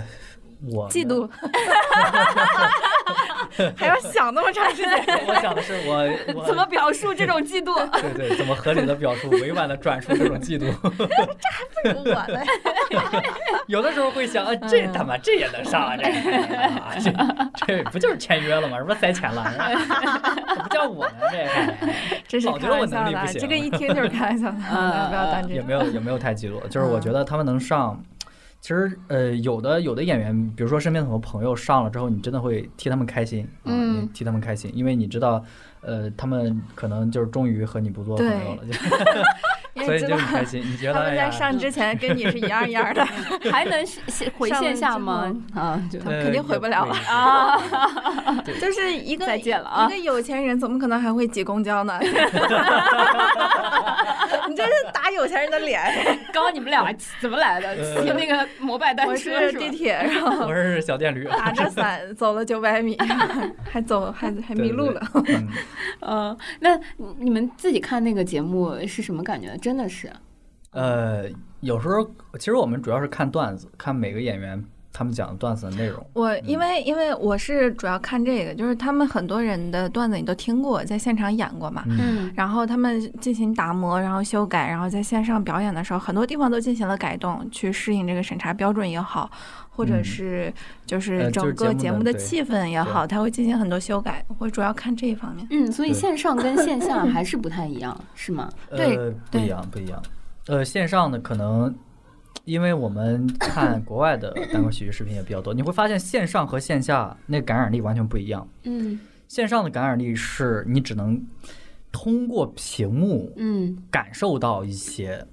[SPEAKER 4] 我
[SPEAKER 3] 嫉
[SPEAKER 4] 呢
[SPEAKER 3] 妒， 还要想那么长时间。
[SPEAKER 4] 我想的是 我我
[SPEAKER 2] 怎么表述这种嫉妒？
[SPEAKER 4] 对对，怎么合理的表述，委婉的转述这种嫉妒。
[SPEAKER 3] 我的，
[SPEAKER 4] 有的时候会想，啊，
[SPEAKER 3] 嗯
[SPEAKER 4] 这他妈这也能上啊，这啊这这不就是签约了吗？是不是塞钱了？ 怎么叫我呢？这
[SPEAKER 3] 这是
[SPEAKER 4] 老觉
[SPEAKER 3] 开
[SPEAKER 4] 得我
[SPEAKER 3] 玩笑
[SPEAKER 4] 能力
[SPEAKER 3] 的
[SPEAKER 4] 不
[SPEAKER 3] 啊，
[SPEAKER 4] 行
[SPEAKER 3] 这个一听就是开玩 笑的，
[SPEAKER 2] 嗯
[SPEAKER 3] 不要当真
[SPEAKER 4] 也。没有也没有太嫉妒，就是
[SPEAKER 3] 嗯
[SPEAKER 4] 我觉得他们能上。其实，呃，有的有的演员，比如说身边很多朋友上了之后，你真的会替他们开心，啊
[SPEAKER 2] 嗯
[SPEAKER 4] 你替他们开心，因为你知道，呃，他们可能就是终于和你不做朋友了，就
[SPEAKER 3] 因
[SPEAKER 4] 所
[SPEAKER 3] 为
[SPEAKER 4] 以
[SPEAKER 3] 知
[SPEAKER 4] 就
[SPEAKER 3] 道
[SPEAKER 4] 很开心。你觉
[SPEAKER 3] 他
[SPEAKER 4] 得哎
[SPEAKER 3] 们在
[SPEAKER 4] 呀
[SPEAKER 3] 上之前跟你是一样一样的，
[SPEAKER 2] 还能是是回
[SPEAKER 3] 上
[SPEAKER 2] 线
[SPEAKER 3] 了
[SPEAKER 2] 下
[SPEAKER 3] 之
[SPEAKER 2] 吗？啊，就
[SPEAKER 3] 他们肯定回不了
[SPEAKER 4] 呃也也
[SPEAKER 2] 啊，
[SPEAKER 3] 就是一个
[SPEAKER 2] 再见了啊
[SPEAKER 3] 一个有钱人怎么可能还会挤公交呢？ 你这是打有钱人的脸。
[SPEAKER 2] 刚刚你们俩怎么来的？
[SPEAKER 4] 呃
[SPEAKER 2] 骑那个摩拜单
[SPEAKER 3] 我
[SPEAKER 2] 车
[SPEAKER 3] 是
[SPEAKER 2] 吧
[SPEAKER 3] 地铁，然后
[SPEAKER 4] 我是小电驴，
[SPEAKER 3] 打着伞走了九百米， 还走还还
[SPEAKER 4] 对
[SPEAKER 3] 迷路了。。
[SPEAKER 4] 对对嗯
[SPEAKER 2] 嗯，那你你们自己看那个节目是什么感觉？真的是，
[SPEAKER 4] 呃，有时候其实我们主要是看段子，看每个演员他们讲的段子的内容。
[SPEAKER 3] 我因为因为我是主要看这个，就是他们很多人的段子你都听过，在现场演过嘛。
[SPEAKER 4] 嗯，
[SPEAKER 2] 嗯
[SPEAKER 3] 然后他们进行打磨，然后修改，然后在线上表演的时候，很多地方都进行了改动，去适应这个审查标准也好，或者
[SPEAKER 4] 嗯
[SPEAKER 3] 是就
[SPEAKER 4] 呃
[SPEAKER 3] 是
[SPEAKER 4] 就是
[SPEAKER 3] 整个
[SPEAKER 4] 节
[SPEAKER 3] 节
[SPEAKER 4] 目
[SPEAKER 3] 目
[SPEAKER 4] 的
[SPEAKER 3] 的
[SPEAKER 4] 对
[SPEAKER 3] 气氛也好，它会进行很多修改。我主要看这一方面。
[SPEAKER 2] 嗯，所以
[SPEAKER 4] 对
[SPEAKER 2] 线上跟线 下还是不太一样，是吗？
[SPEAKER 3] 对
[SPEAKER 4] 呃，不
[SPEAKER 3] 对
[SPEAKER 4] 一样，不一样。呃，线上的可能，因为我们看国外的单口喜剧视频也比较多，你会发现线上和线下那感染力完全不一样。
[SPEAKER 2] 嗯
[SPEAKER 4] 线上的感染力是你只能通过屏幕
[SPEAKER 2] 嗯
[SPEAKER 4] 感受到一些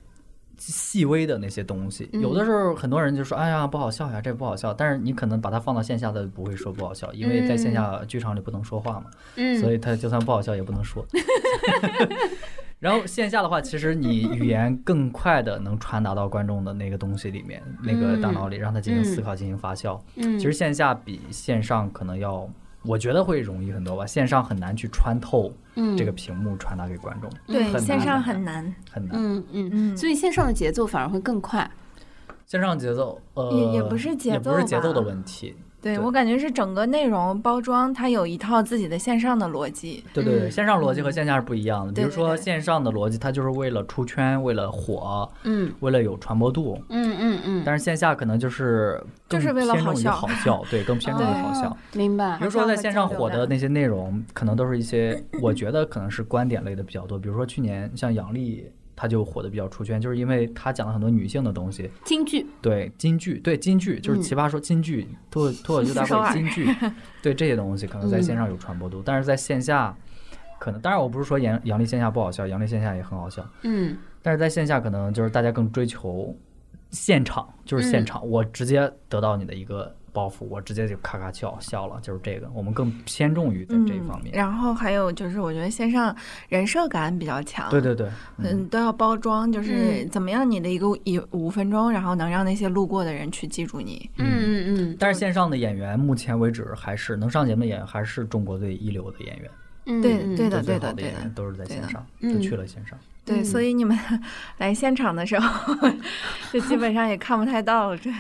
[SPEAKER 4] 细微的那些东西。
[SPEAKER 2] 嗯
[SPEAKER 4] 有的时候很多人就说：“哎呀，不好笑呀，这不好笑。”但是你可能把它放到线下，他就不会说不好笑，因为在
[SPEAKER 3] 嗯
[SPEAKER 4] 线下剧场里不能说话嘛，
[SPEAKER 2] 嗯，
[SPEAKER 4] 所以他就算不好笑也不能说。 然后线下的话，其实你语言更快的能传达到观众的那个东西里面，那
[SPEAKER 3] 嗯
[SPEAKER 4] 个大脑里，让他进行思考、进行发酵。
[SPEAKER 2] 嗯，
[SPEAKER 4] 其实线下比线上可能要，我觉得会容易很多吧。线上很难去穿透
[SPEAKER 2] 嗯
[SPEAKER 4] 这个屏幕传达给观众，
[SPEAKER 2] 对
[SPEAKER 4] 很
[SPEAKER 3] 嗯线
[SPEAKER 4] 难
[SPEAKER 3] 上
[SPEAKER 4] 很
[SPEAKER 3] 很难，
[SPEAKER 4] 很难。
[SPEAKER 2] 嗯嗯，
[SPEAKER 3] 嗯，
[SPEAKER 2] 所以线上的节奏反而会更快。
[SPEAKER 4] 线上节奏，呃，
[SPEAKER 3] 也也不是节
[SPEAKER 4] 也不是
[SPEAKER 3] 奏
[SPEAKER 4] 节奏
[SPEAKER 3] 吧
[SPEAKER 4] 的问题。
[SPEAKER 3] 对
[SPEAKER 4] 对
[SPEAKER 3] 我感觉是整个内容包装，它有一套自己的线上的逻辑。
[SPEAKER 4] 对对对，
[SPEAKER 2] 嗯
[SPEAKER 4] 线上逻辑和线下是不一样的。比
[SPEAKER 3] 对
[SPEAKER 4] 如
[SPEAKER 3] 对
[SPEAKER 4] 说
[SPEAKER 3] 对
[SPEAKER 4] 线上的逻辑，它就是为了出圈，为了火，
[SPEAKER 2] 嗯
[SPEAKER 4] 为了有传播度。
[SPEAKER 2] 嗯嗯嗯，
[SPEAKER 4] 但是线下可能就是更
[SPEAKER 3] 就是为了
[SPEAKER 4] 偏重
[SPEAKER 3] 好
[SPEAKER 4] 于
[SPEAKER 3] 笑
[SPEAKER 4] 好笑，对，更偏重于好笑
[SPEAKER 2] 哦。，明白
[SPEAKER 4] 比。如说在线上
[SPEAKER 3] 好笑和交流
[SPEAKER 4] 火的
[SPEAKER 3] 量
[SPEAKER 4] 那些内容，可能都是一些我觉得可能是观点类的比较多。比如说去年像杨笠，她就火的比较出圈，就是因为她讲了很多女性的东西，
[SPEAKER 2] 京剧，
[SPEAKER 4] 对京剧，对京剧就是
[SPEAKER 2] 嗯
[SPEAKER 4] 《奇葩说》京剧，脱脱口秀大
[SPEAKER 3] 首尔 嗯
[SPEAKER 4] 会京剧，对这些东西可能在线上有传播度，但是在线下，可能当然我不是说杨杨笠线下不好笑，杨笠线下也很好笑，
[SPEAKER 2] 嗯
[SPEAKER 4] 但是在线下可能就是大家更追求现场，
[SPEAKER 3] 嗯
[SPEAKER 4] 就是现场，我直接得到你的一个包袱，我直接就咔咔笑笑了，就是这个，我们更偏重于在
[SPEAKER 3] 嗯
[SPEAKER 4] 这一方面。
[SPEAKER 3] 然后还有就是，我觉得线上人设感比较强。
[SPEAKER 4] 对对对，嗯
[SPEAKER 3] 嗯，都要包装，就是
[SPEAKER 2] 嗯
[SPEAKER 3] 怎么样你的一个一五分钟，然后能让那些路过的人去记住你。
[SPEAKER 2] 嗯嗯嗯
[SPEAKER 4] 但是线上的演员，目前为止还是能上节目的演员，还是中国最一流的演员，
[SPEAKER 2] 嗯，
[SPEAKER 3] 对
[SPEAKER 2] 嗯
[SPEAKER 3] 对的
[SPEAKER 4] 都最好
[SPEAKER 3] 对
[SPEAKER 4] 演
[SPEAKER 3] 的
[SPEAKER 4] 员都是在
[SPEAKER 3] 对
[SPEAKER 4] 线
[SPEAKER 3] 的
[SPEAKER 4] 上，
[SPEAKER 2] 嗯
[SPEAKER 4] 都去了 线上。
[SPEAKER 3] 对，
[SPEAKER 2] 嗯
[SPEAKER 3] 所以你们来现场的时候， 就基本上也看不太到了。这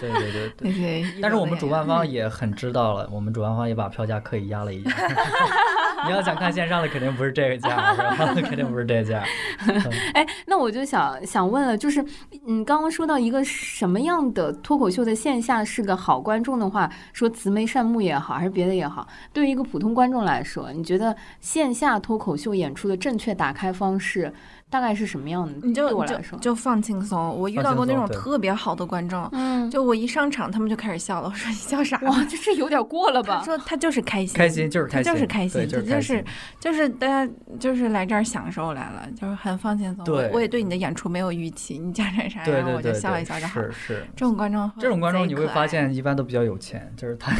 [SPEAKER 4] 对对对 对。
[SPEAKER 3] 这些一流的演员，
[SPEAKER 4] 但是我们主办方也很知道了，我们主办方也把票价刻意压了一压。 你要想看线上的，肯定不是这个价，是吧 肯定不是这个价。
[SPEAKER 2] 哎，那我就想想问了，就是嗯，刚刚说到一个什么样的脱口秀的线下是个好观众的话，说慈眉善目也好，还是别的也好，对于一个普通观众来说，你觉得线下脱口秀演出的正确打开方式是大概是什么样的？
[SPEAKER 3] 你就
[SPEAKER 2] 对我
[SPEAKER 3] 就
[SPEAKER 2] 来说，
[SPEAKER 3] 就放轻松。我遇
[SPEAKER 4] 放
[SPEAKER 3] 到
[SPEAKER 4] 轻
[SPEAKER 3] 过那
[SPEAKER 4] 松
[SPEAKER 3] 种
[SPEAKER 4] 对
[SPEAKER 3] 特别好的观众，
[SPEAKER 2] 嗯，
[SPEAKER 3] 就我一上场，他们就开始笑了。我说你笑啥？
[SPEAKER 2] 哇，这是有点过了
[SPEAKER 3] 他
[SPEAKER 2] 吧？
[SPEAKER 3] 说他就是开心，
[SPEAKER 4] 开心就是
[SPEAKER 3] 嗯他
[SPEAKER 4] 开心，
[SPEAKER 3] 就是开心，
[SPEAKER 4] 对就是
[SPEAKER 3] 他就
[SPEAKER 4] 开
[SPEAKER 3] 是
[SPEAKER 4] 心
[SPEAKER 3] 就是大家就是来这儿享受来了，就是很放轻松。
[SPEAKER 4] 对
[SPEAKER 3] 我也对你的演出没有预期，你讲点啥，
[SPEAKER 4] 对
[SPEAKER 3] 然后
[SPEAKER 4] 对
[SPEAKER 3] 哎我
[SPEAKER 4] 对
[SPEAKER 3] 就
[SPEAKER 4] 对，
[SPEAKER 3] 笑一笑就好。哦
[SPEAKER 4] 是是。
[SPEAKER 3] 这种观众，
[SPEAKER 4] 这种观众你会发，现，一般都比较有钱，就是 他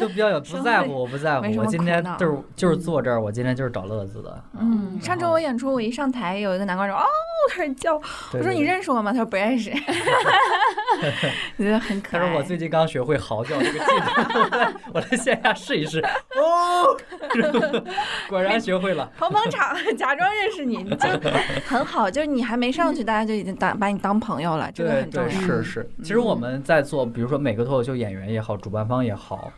[SPEAKER 4] 都比较有不在乎，我不在
[SPEAKER 3] 没
[SPEAKER 4] 乎，
[SPEAKER 3] 什
[SPEAKER 4] 我
[SPEAKER 3] 么
[SPEAKER 4] 今
[SPEAKER 3] 苦
[SPEAKER 4] 天
[SPEAKER 3] 恼
[SPEAKER 4] 就是就是坐这儿，我今天就是找乐子的。
[SPEAKER 3] 嗯，上周我演出，我一上台，有一个男观众哦开始叫，
[SPEAKER 4] 对
[SPEAKER 3] 我说
[SPEAKER 4] 对
[SPEAKER 3] 你认识我吗？他说不认 识，觉得很可
[SPEAKER 4] 他
[SPEAKER 3] 爱。
[SPEAKER 4] 说我最近刚学会嚎叫这个技能，我来我来线下试一试。 哦，果然学会了。
[SPEAKER 3] 捧捧场， 假装认识你，你 就很好，就是你还没上去，大家就已经当把你当朋友了，这个
[SPEAKER 4] 对
[SPEAKER 3] 很重
[SPEAKER 4] 对
[SPEAKER 3] 要。嗯
[SPEAKER 4] 是是，其实我们在做，比如说每个脱口秀演员也好，主办方也好，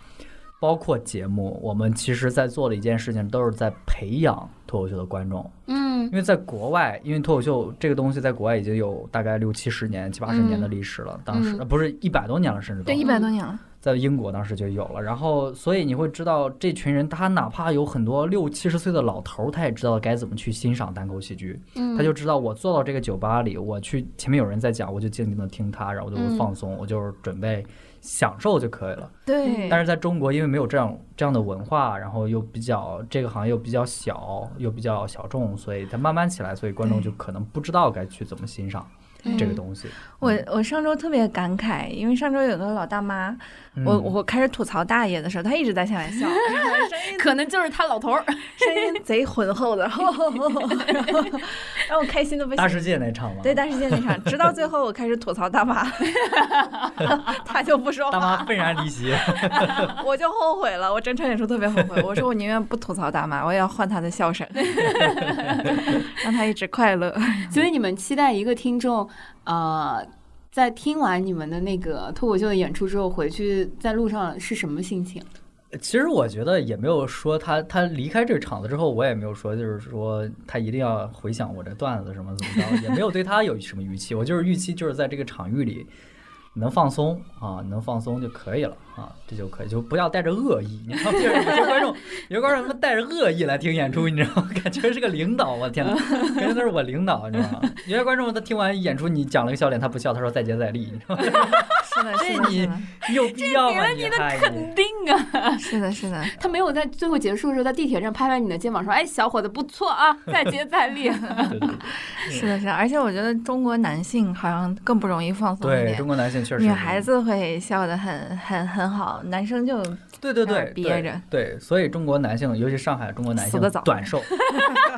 [SPEAKER 4] 包括节目，我们其实在做的一件事情，都是在培养脱口秀的观众。
[SPEAKER 2] 嗯
[SPEAKER 4] 因为在国外，因为脱口秀这个东西在国外已经有大概六七十年、七八十年的历史了，当时、
[SPEAKER 2] 嗯
[SPEAKER 4] 呃不是一百多年了，甚至都
[SPEAKER 3] 对，一百多年了，
[SPEAKER 4] 在英国当时就有了。然后，所以你会知道，这群人他哪怕有很多六七十岁的老头儿，他也知道该怎么去欣赏单口喜剧。
[SPEAKER 2] 嗯，
[SPEAKER 4] 他就知道我坐到这个酒吧里，我去前面有人在讲，我就静静的听他，然后我就
[SPEAKER 2] 嗯
[SPEAKER 4] 会放松，我就是准备享受就可以了。
[SPEAKER 3] 对，
[SPEAKER 4] 嗯但是在中国，因为没有这样这样的文化，然后又比较这个行业又比较小，又比较小众，所以它慢慢起来，所以观众就可能不知道该去怎么欣赏这个东西。
[SPEAKER 3] 我我上周特别感慨，因为上周有个老大妈，
[SPEAKER 4] 嗯
[SPEAKER 3] 我我开始吐槽大爷的时候，她一直在下面笑， 声音
[SPEAKER 2] 可能就是他老头儿，
[SPEAKER 3] 声音贼浑厚的，然后 让我开心的不
[SPEAKER 4] 大
[SPEAKER 3] 行。
[SPEAKER 4] 世界那场嘛，
[SPEAKER 3] 对，但是现在场，直到最后我开始吐槽大 妈，她就不说
[SPEAKER 4] 大
[SPEAKER 3] 话，
[SPEAKER 4] 妈愤然离席。
[SPEAKER 3] 我就后悔了。我整场演出特别后悔，我说我宁愿不吐槽大妈，我也要换她的笑 声，让她一直快乐。
[SPEAKER 2] 所以你们期待一个听众，呃，在听完你们的那个脱口秀的演出之后，回去在路上是什么心 情？
[SPEAKER 4] 其实我觉得也没有说他他离开这个场子之后，我也没有说就是说他一定要回想我这段子什么怎么着，也没有对他有什么预期。我就是预期就是在这个场域里能放松啊，能放松就可以了啊，这就可以，就不要带着恶意。你知道，就是有些观众，有些观众他妈带着恶意来听演出，你知道吗？ 感觉是个领导，我天呐，感觉他是我领导，你知道吗？有些观众他听完演出你讲了一个笑点，他不笑，他说再接再厉，你知道吗？
[SPEAKER 3] 是 的，是
[SPEAKER 4] 这
[SPEAKER 3] 的，
[SPEAKER 4] 你
[SPEAKER 3] 是的
[SPEAKER 4] 你有必要吗？
[SPEAKER 2] 你的
[SPEAKER 4] 还
[SPEAKER 2] 肯定啊！
[SPEAKER 3] 是的，是的。
[SPEAKER 2] 他没有在最后结束的时候，在地铁站拍拍你的肩膀说：“哎，小伙子不错啊，再接再 厉。
[SPEAKER 4] 对对对
[SPEAKER 3] 是的，是的，而且我觉得中国男性好像更不容易放松一
[SPEAKER 4] 对
[SPEAKER 3] 点
[SPEAKER 4] 中。国男性确实
[SPEAKER 3] 女
[SPEAKER 4] 是
[SPEAKER 3] 孩子会笑得很很很好，男生就
[SPEAKER 4] 嗯对对
[SPEAKER 3] 那儿
[SPEAKER 4] 对，
[SPEAKER 3] 憋
[SPEAKER 4] 对
[SPEAKER 3] 着
[SPEAKER 4] 对，所以中国男性，尤其上海中国男
[SPEAKER 3] 死
[SPEAKER 4] 性
[SPEAKER 3] 得早
[SPEAKER 4] 短 寿，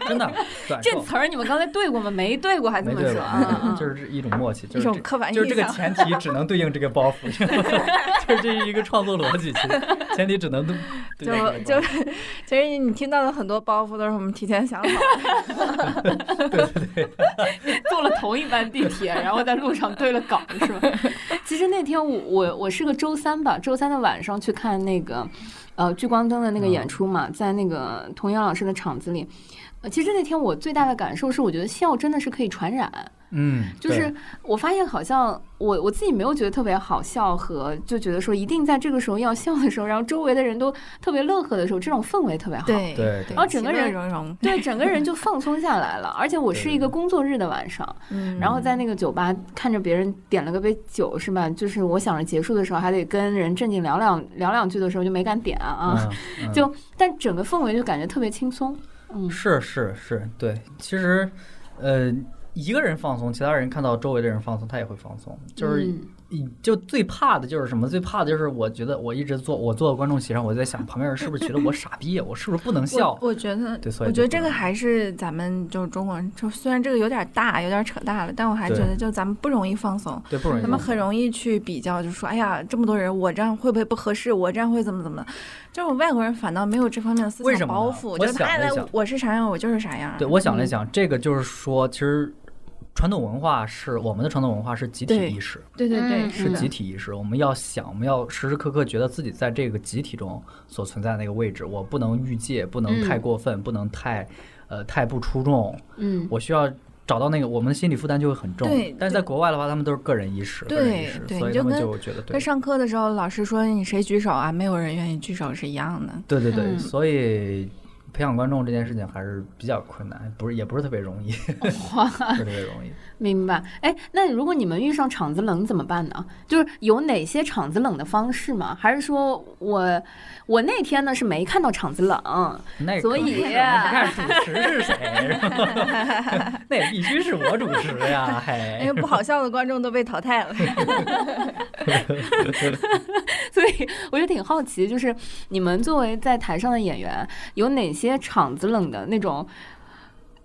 [SPEAKER 4] 真的短”
[SPEAKER 2] 这
[SPEAKER 4] 寿，
[SPEAKER 2] 词儿你们刚才对过吗？没对过还这
[SPEAKER 4] 没
[SPEAKER 2] 么
[SPEAKER 4] 对
[SPEAKER 2] 说
[SPEAKER 4] 吧？
[SPEAKER 2] 啊？嗯嗯
[SPEAKER 4] 就是一种默契，就
[SPEAKER 3] 一
[SPEAKER 4] 是
[SPEAKER 3] 种
[SPEAKER 4] 这
[SPEAKER 3] 刻板
[SPEAKER 4] 就是
[SPEAKER 3] 印
[SPEAKER 4] 这个
[SPEAKER 3] 象。
[SPEAKER 4] 前提只能对应这个包 袱，就是这是一个创作逻辑，其实前提只能对对应这个
[SPEAKER 3] 就就
[SPEAKER 4] 包
[SPEAKER 3] 其实你听到的很多包袱都是我们提前想好的，
[SPEAKER 2] 坐了同一班地铁，然后在路上对了稿，是吧？ 其实那天我我我是个周三吧，周三的晚上去看那个呃聚光灯的
[SPEAKER 4] 嗯
[SPEAKER 2] 那个演出嘛，在那个童谣老师的场子里。呃，其实那天我最大的感受是，我觉得笑真的是可以传染。
[SPEAKER 4] 嗯，
[SPEAKER 2] 就
[SPEAKER 4] 对
[SPEAKER 2] 是我发现好像我我自己没有觉得特别好笑和就觉得说一定在这个时候要笑的时候，然后周围的人都特别乐呵的时候，这种氛围特别好。
[SPEAKER 3] 对
[SPEAKER 4] 对
[SPEAKER 2] 然
[SPEAKER 4] 对
[SPEAKER 2] 后整个人
[SPEAKER 3] 其乐融融，
[SPEAKER 2] 对，整个人就放松下来 了。而且我是一个工作日的晚上，
[SPEAKER 3] 嗯，
[SPEAKER 2] 然后在那个酒吧看着别人点了个杯酒，是吧？就是我想着结束的时候还得跟人正经聊两聊两句的时候，就没敢点啊啊。
[SPEAKER 4] 嗯嗯
[SPEAKER 2] 就但整个氛围就感觉特别轻松，嗯
[SPEAKER 4] 是是是，对，其实呃。一个人放松，其他人看到周围的人放松，他也会放松。就是
[SPEAKER 2] 嗯
[SPEAKER 4] 你就最怕的就是什么？最怕的就是我觉得我一直坐，我坐到观众席上，我在想旁边人是不是觉得我傻逼，啊我是不是不能笑
[SPEAKER 3] 我？我觉得
[SPEAKER 4] 对，所以
[SPEAKER 3] 我觉
[SPEAKER 4] 就
[SPEAKER 3] 得
[SPEAKER 4] 不
[SPEAKER 3] 这个
[SPEAKER 4] 能
[SPEAKER 3] 还是咱们就是中国人，就虽然这个有点大，有点扯大了，但我还觉
[SPEAKER 4] 对
[SPEAKER 3] 得就咱们不容易放松。
[SPEAKER 4] 对，不容易
[SPEAKER 3] 他
[SPEAKER 4] 放松。
[SPEAKER 3] 们很容易去比较，就说哎呀，这么多人，我这样会不会不合适？我这样会怎么怎么的？这种外国人反倒没有这方面的思
[SPEAKER 4] 为
[SPEAKER 3] 想
[SPEAKER 4] 什么
[SPEAKER 3] 包
[SPEAKER 4] 呢
[SPEAKER 3] 袱，
[SPEAKER 4] 我
[SPEAKER 3] 就是
[SPEAKER 4] 想
[SPEAKER 3] 哎
[SPEAKER 4] 了
[SPEAKER 3] 来
[SPEAKER 4] 一想
[SPEAKER 3] 我是啥样，我就是啥样。
[SPEAKER 4] 对，我想了想，这个就是说，其实传统文化是我们的传统文化是集体
[SPEAKER 3] 对
[SPEAKER 4] 意识，
[SPEAKER 3] 对对对，
[SPEAKER 2] 嗯
[SPEAKER 4] 是
[SPEAKER 3] 的
[SPEAKER 4] 集体意识。我们要想，我们要时时刻刻觉得自己在这个集体中所存在的那个位置，我不能越界，不能太
[SPEAKER 2] 嗯
[SPEAKER 4] 过分，不能太呃太不出众，
[SPEAKER 2] 嗯，
[SPEAKER 4] 我需要。找到那个，我们的心理负担就会很重
[SPEAKER 3] 对。
[SPEAKER 4] 但是在国外的话，他们都是个人意识，个人意
[SPEAKER 3] 对
[SPEAKER 4] 识，
[SPEAKER 3] 对
[SPEAKER 4] 所以
[SPEAKER 3] 你就
[SPEAKER 4] 他们
[SPEAKER 3] 跟
[SPEAKER 4] 就觉得对。
[SPEAKER 3] 跟上课的时候，老师说你谁举手啊，没有人愿意举手是一样的。
[SPEAKER 4] 对对对，
[SPEAKER 2] 嗯
[SPEAKER 4] 所以培养观众这件事情还是比较困难，不是也不是特别容易， 不是特别容易。
[SPEAKER 2] 明白。哎，那如果你们遇上场子冷怎么办呢？就是有哪些场子冷的方式吗？还是说我我那天呢是没看到场子冷，
[SPEAKER 4] 那
[SPEAKER 2] 所
[SPEAKER 4] 可不
[SPEAKER 2] 以
[SPEAKER 4] 是我们看主持是谁，是吧 那也必须是我主持 呀，
[SPEAKER 3] 因
[SPEAKER 4] 嘿，
[SPEAKER 3] 为哎不好笑的观众都被淘汰了。
[SPEAKER 2] 所以我就挺好奇，就是你们作为在台上的演员，有哪些场子冷的那种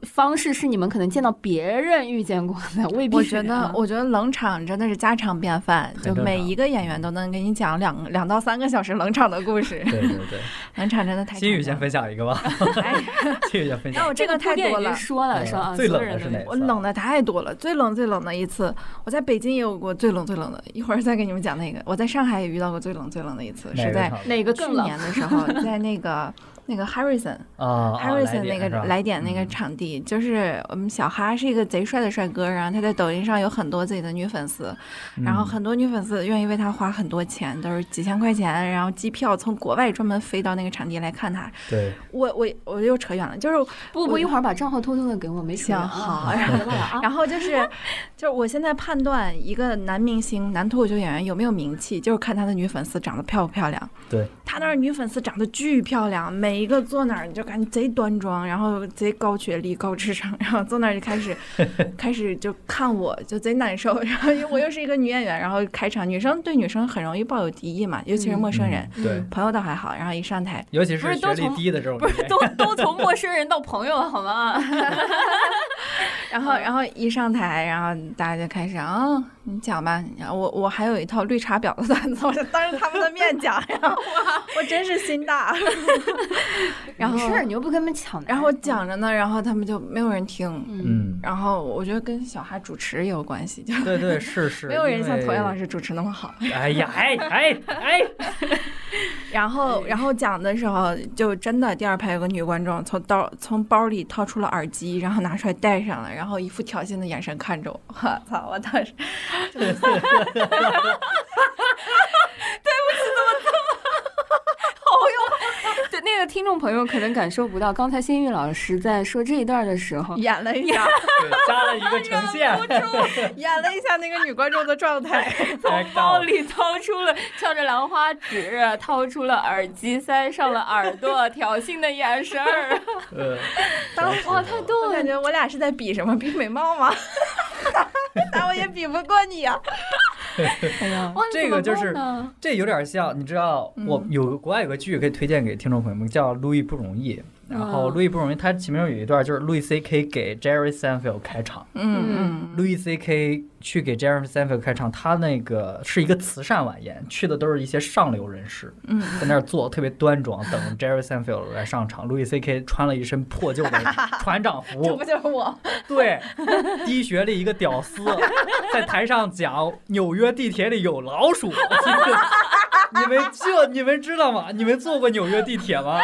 [SPEAKER 2] 方式是你们可能见到别人遇见过的？ 未必
[SPEAKER 3] 我
[SPEAKER 2] 是
[SPEAKER 3] 觉得，
[SPEAKER 2] 啊
[SPEAKER 3] 我觉得冷场真的是家常便饭，就
[SPEAKER 4] 嗯很正
[SPEAKER 3] 每
[SPEAKER 4] 常
[SPEAKER 3] 一个演员都能给你讲两两到三个小时冷场的故 事。
[SPEAKER 4] 对对对，
[SPEAKER 3] 冷场真的太
[SPEAKER 4] 金宇
[SPEAKER 3] 长
[SPEAKER 4] 先
[SPEAKER 3] 了
[SPEAKER 4] 分享一个 吧，
[SPEAKER 3] 哎
[SPEAKER 4] 金宇先分
[SPEAKER 3] 那
[SPEAKER 4] 享。哎
[SPEAKER 3] 我
[SPEAKER 2] 这
[SPEAKER 3] 这个
[SPEAKER 2] 个
[SPEAKER 3] 太
[SPEAKER 2] 铺垫
[SPEAKER 3] 多
[SPEAKER 2] 已经
[SPEAKER 3] 了。
[SPEAKER 2] 说了
[SPEAKER 3] 啊
[SPEAKER 2] 是吧？
[SPEAKER 4] 嗯最
[SPEAKER 2] 所有
[SPEAKER 4] 冷的
[SPEAKER 2] 人
[SPEAKER 4] 是
[SPEAKER 2] 都
[SPEAKER 4] 哪啊
[SPEAKER 2] 有
[SPEAKER 4] 个
[SPEAKER 3] 我冷的太多了，最冷最冷的一次，我在北京也有过最冷最冷的，一会儿再给你们讲那个。我在上海也遇到过最冷最冷的一次，
[SPEAKER 4] 哪
[SPEAKER 3] 是
[SPEAKER 4] 个
[SPEAKER 3] 在
[SPEAKER 4] 场子
[SPEAKER 2] 哪个
[SPEAKER 3] 去
[SPEAKER 2] 更冷
[SPEAKER 3] 年？的时候，在那个那个 Harrison
[SPEAKER 4] 啊
[SPEAKER 3] Harrison 那个
[SPEAKER 4] 来
[SPEAKER 3] 哦来点嗯那个场地，就是我们小哈是一个贼帅的帅哥，然后他在抖音上有很多自己的女粉丝，然后很多女粉丝愿意为他花很多钱，都是几千块钱，然后机票从国外专门飞到那个场地来看他。
[SPEAKER 4] 对，
[SPEAKER 3] 我我我又扯远了，就是
[SPEAKER 2] 不不，
[SPEAKER 3] 我
[SPEAKER 2] 一会儿把账号偷偷的给我，没事
[SPEAKER 3] 行
[SPEAKER 2] 啊。
[SPEAKER 3] 好
[SPEAKER 2] 好的 好的啊
[SPEAKER 3] 然后就是，就是我现在判断一个男明星、男脱口秀演员有没有名气，就是看他的女粉丝长得漂不漂亮。
[SPEAKER 4] 对，
[SPEAKER 3] 他那儿女粉丝长得巨漂亮，每一个坐那儿你就感觉贼端庄，然后贼高学历、高智商，然后坐那儿就开始开始就看我，就贼难受。然后因为我又是一个女演员，然后开场女生对女生很容易抱有敌意嘛，尤其是陌生人，
[SPEAKER 4] 嗯对，
[SPEAKER 3] 朋友倒还好，然后一上台。
[SPEAKER 4] 尤其
[SPEAKER 2] 不
[SPEAKER 4] 是
[SPEAKER 2] 是
[SPEAKER 4] 学
[SPEAKER 2] 都
[SPEAKER 4] 历
[SPEAKER 2] 从
[SPEAKER 4] 低的这种
[SPEAKER 2] 不
[SPEAKER 4] 人，
[SPEAKER 2] 是都都从陌生人到朋友了好吗？
[SPEAKER 3] 然后，然后一上台，然后大家就开始啊、你讲吧，然后我我还有一套绿茶婊的段子，我就当着他们的面讲，然后我我真是心大。 然后，
[SPEAKER 2] 是啊你又不跟他们抢，
[SPEAKER 3] 然后我讲着呢，然后他们就没有人听。
[SPEAKER 4] 嗯，
[SPEAKER 3] 然后我觉得跟小哈主持也有关系，就
[SPEAKER 4] 对对是是，
[SPEAKER 3] 没有人像
[SPEAKER 4] 因为
[SPEAKER 3] 陶阳老。师 主持那么好。
[SPEAKER 4] 哎呀，哎哎哎，
[SPEAKER 3] 然后，然后讲的时候，就真的第二排有个女观众从兜从包里掏出了耳机，然后拿出来戴上了，然后一副挑衅的眼神看着我。我操！我当时
[SPEAKER 2] 对那个听众朋友可能感受不到，刚才新玉老师在说这一段的时候，
[SPEAKER 3] 演了一下，
[SPEAKER 4] 对，加了一个呈
[SPEAKER 3] 哎
[SPEAKER 4] 现，
[SPEAKER 3] 演了一下那个女观众的状态。
[SPEAKER 4] 哎
[SPEAKER 2] 从包里掏出了翘着兰花指，掏出了耳机，塞上了耳朵，挑衅的眼神 儿。
[SPEAKER 4] 呃，
[SPEAKER 2] 哇，哦太逗
[SPEAKER 3] 我感
[SPEAKER 2] 了！
[SPEAKER 3] 觉我俩是在比什么？比美貌吗？ 但我也比不过你啊呀、 哎呀，
[SPEAKER 2] 哇，
[SPEAKER 4] 这
[SPEAKER 2] 你怎么
[SPEAKER 4] 个就
[SPEAKER 2] 办
[SPEAKER 4] 是
[SPEAKER 2] 呢
[SPEAKER 4] 这有点像，你知道，
[SPEAKER 3] 嗯
[SPEAKER 4] 我有个国外有个剧可以推荐给听众朋友们，叫《路易不容易》。
[SPEAKER 3] 嗯
[SPEAKER 4] 然后《路易不容易》，它其中有一段就是路易 C K 给 Jerry Seinfeld 开场，
[SPEAKER 3] 嗯嗯，
[SPEAKER 4] 路易 C K 去给 Jerry Seinfeld 开场，他那个是一个慈善晚宴，去的都是一些上流人士，
[SPEAKER 3] 嗯
[SPEAKER 4] 在那儿坐特别端庄，等 Jerry Seinfeld 来上场。路易 C K 穿了一身破旧的船长
[SPEAKER 3] 这
[SPEAKER 4] 服
[SPEAKER 3] 不，就是我？
[SPEAKER 4] 对，低学历一个屌丝，在台上讲纽约地铁里有老鼠， 你们这你们知道吗？你们坐过纽约地铁吗？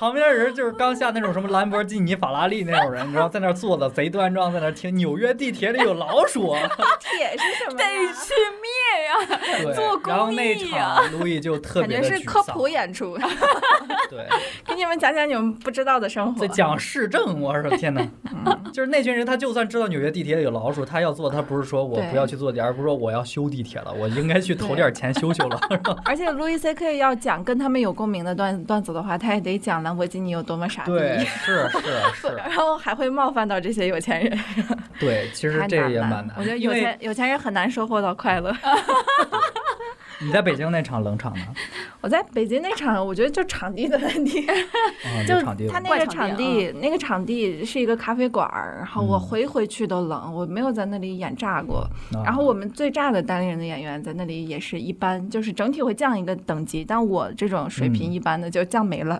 [SPEAKER 4] 旁边人就是刚下那种什么兰博基尼、法拉利那种人，你知道，在那儿坐的贼端庄，在那儿听纽约地铁里有老 鼠，
[SPEAKER 3] 铁是什 么
[SPEAKER 2] 得
[SPEAKER 3] 呀？
[SPEAKER 2] 去灭呀！
[SPEAKER 4] 对
[SPEAKER 2] 做公益啊
[SPEAKER 4] 然后那场路易就特
[SPEAKER 3] 感
[SPEAKER 4] 别
[SPEAKER 3] 觉
[SPEAKER 4] 的
[SPEAKER 3] 是科普演出，
[SPEAKER 4] 对，
[SPEAKER 3] 给你们讲讲你们不知道的生活
[SPEAKER 4] 在。讲市政，我说天哪，就是那群人，他就算知道纽约地铁里有老鼠，他要坐，他不是说我
[SPEAKER 3] 对
[SPEAKER 4] 不要去坐地铁，而不是说我要修地铁了，我应该去投点钱修修了。
[SPEAKER 3] 而且路易 C K 要讲跟他们有共鸣的段段子的话，他也得讲兰博基尼有多么傻逼，
[SPEAKER 4] 对，是是是，
[SPEAKER 3] 然后还会冒犯到这些有钱人，
[SPEAKER 4] 对，其实
[SPEAKER 3] 太
[SPEAKER 4] 这
[SPEAKER 3] 难
[SPEAKER 4] 也
[SPEAKER 3] 了
[SPEAKER 4] 蛮难。
[SPEAKER 3] 我觉得有
[SPEAKER 4] 因为
[SPEAKER 3] 钱有钱人很难收获到快乐。
[SPEAKER 4] 你在北京那场冷场呢，
[SPEAKER 3] 我在北京那场，我觉得就场地的问题。
[SPEAKER 4] 啊，
[SPEAKER 3] 就
[SPEAKER 4] 有场地
[SPEAKER 3] 他
[SPEAKER 4] 冷
[SPEAKER 3] 那个
[SPEAKER 2] 怪场地
[SPEAKER 3] 场地，那啊个场地是一个咖啡馆儿，然后我
[SPEAKER 4] 嗯
[SPEAKER 3] 回回去都冷，我没有在那里演炸过。
[SPEAKER 4] 啊
[SPEAKER 3] 然后我们最炸的单立人的演员在那里也是一般，就是整体会降一个等级，但我这种水平
[SPEAKER 4] 嗯
[SPEAKER 3] 一般的就降没了。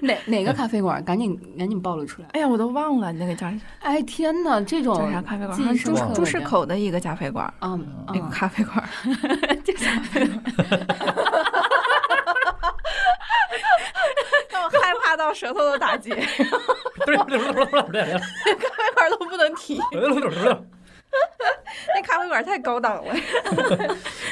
[SPEAKER 2] 哪哪个咖啡馆？赶紧赶紧暴露出来！
[SPEAKER 3] 哎呀，我都忘了那个叫
[SPEAKER 2] 哎天哪，这种
[SPEAKER 3] 叫啥咖啡馆儿，
[SPEAKER 2] 记
[SPEAKER 3] 好
[SPEAKER 2] 忆深
[SPEAKER 3] 像朱
[SPEAKER 2] 刻
[SPEAKER 3] 朱市口的一个咖啡馆儿，
[SPEAKER 2] 嗯
[SPEAKER 3] 那个
[SPEAKER 2] 嗯，
[SPEAKER 3] 咖啡馆儿。 让我害怕到舌头都打结， 咖
[SPEAKER 4] 对对对对对对对
[SPEAKER 3] 啡馆儿都不能提。
[SPEAKER 4] 对对对对
[SPEAKER 3] 那咖啡馆点太高档了。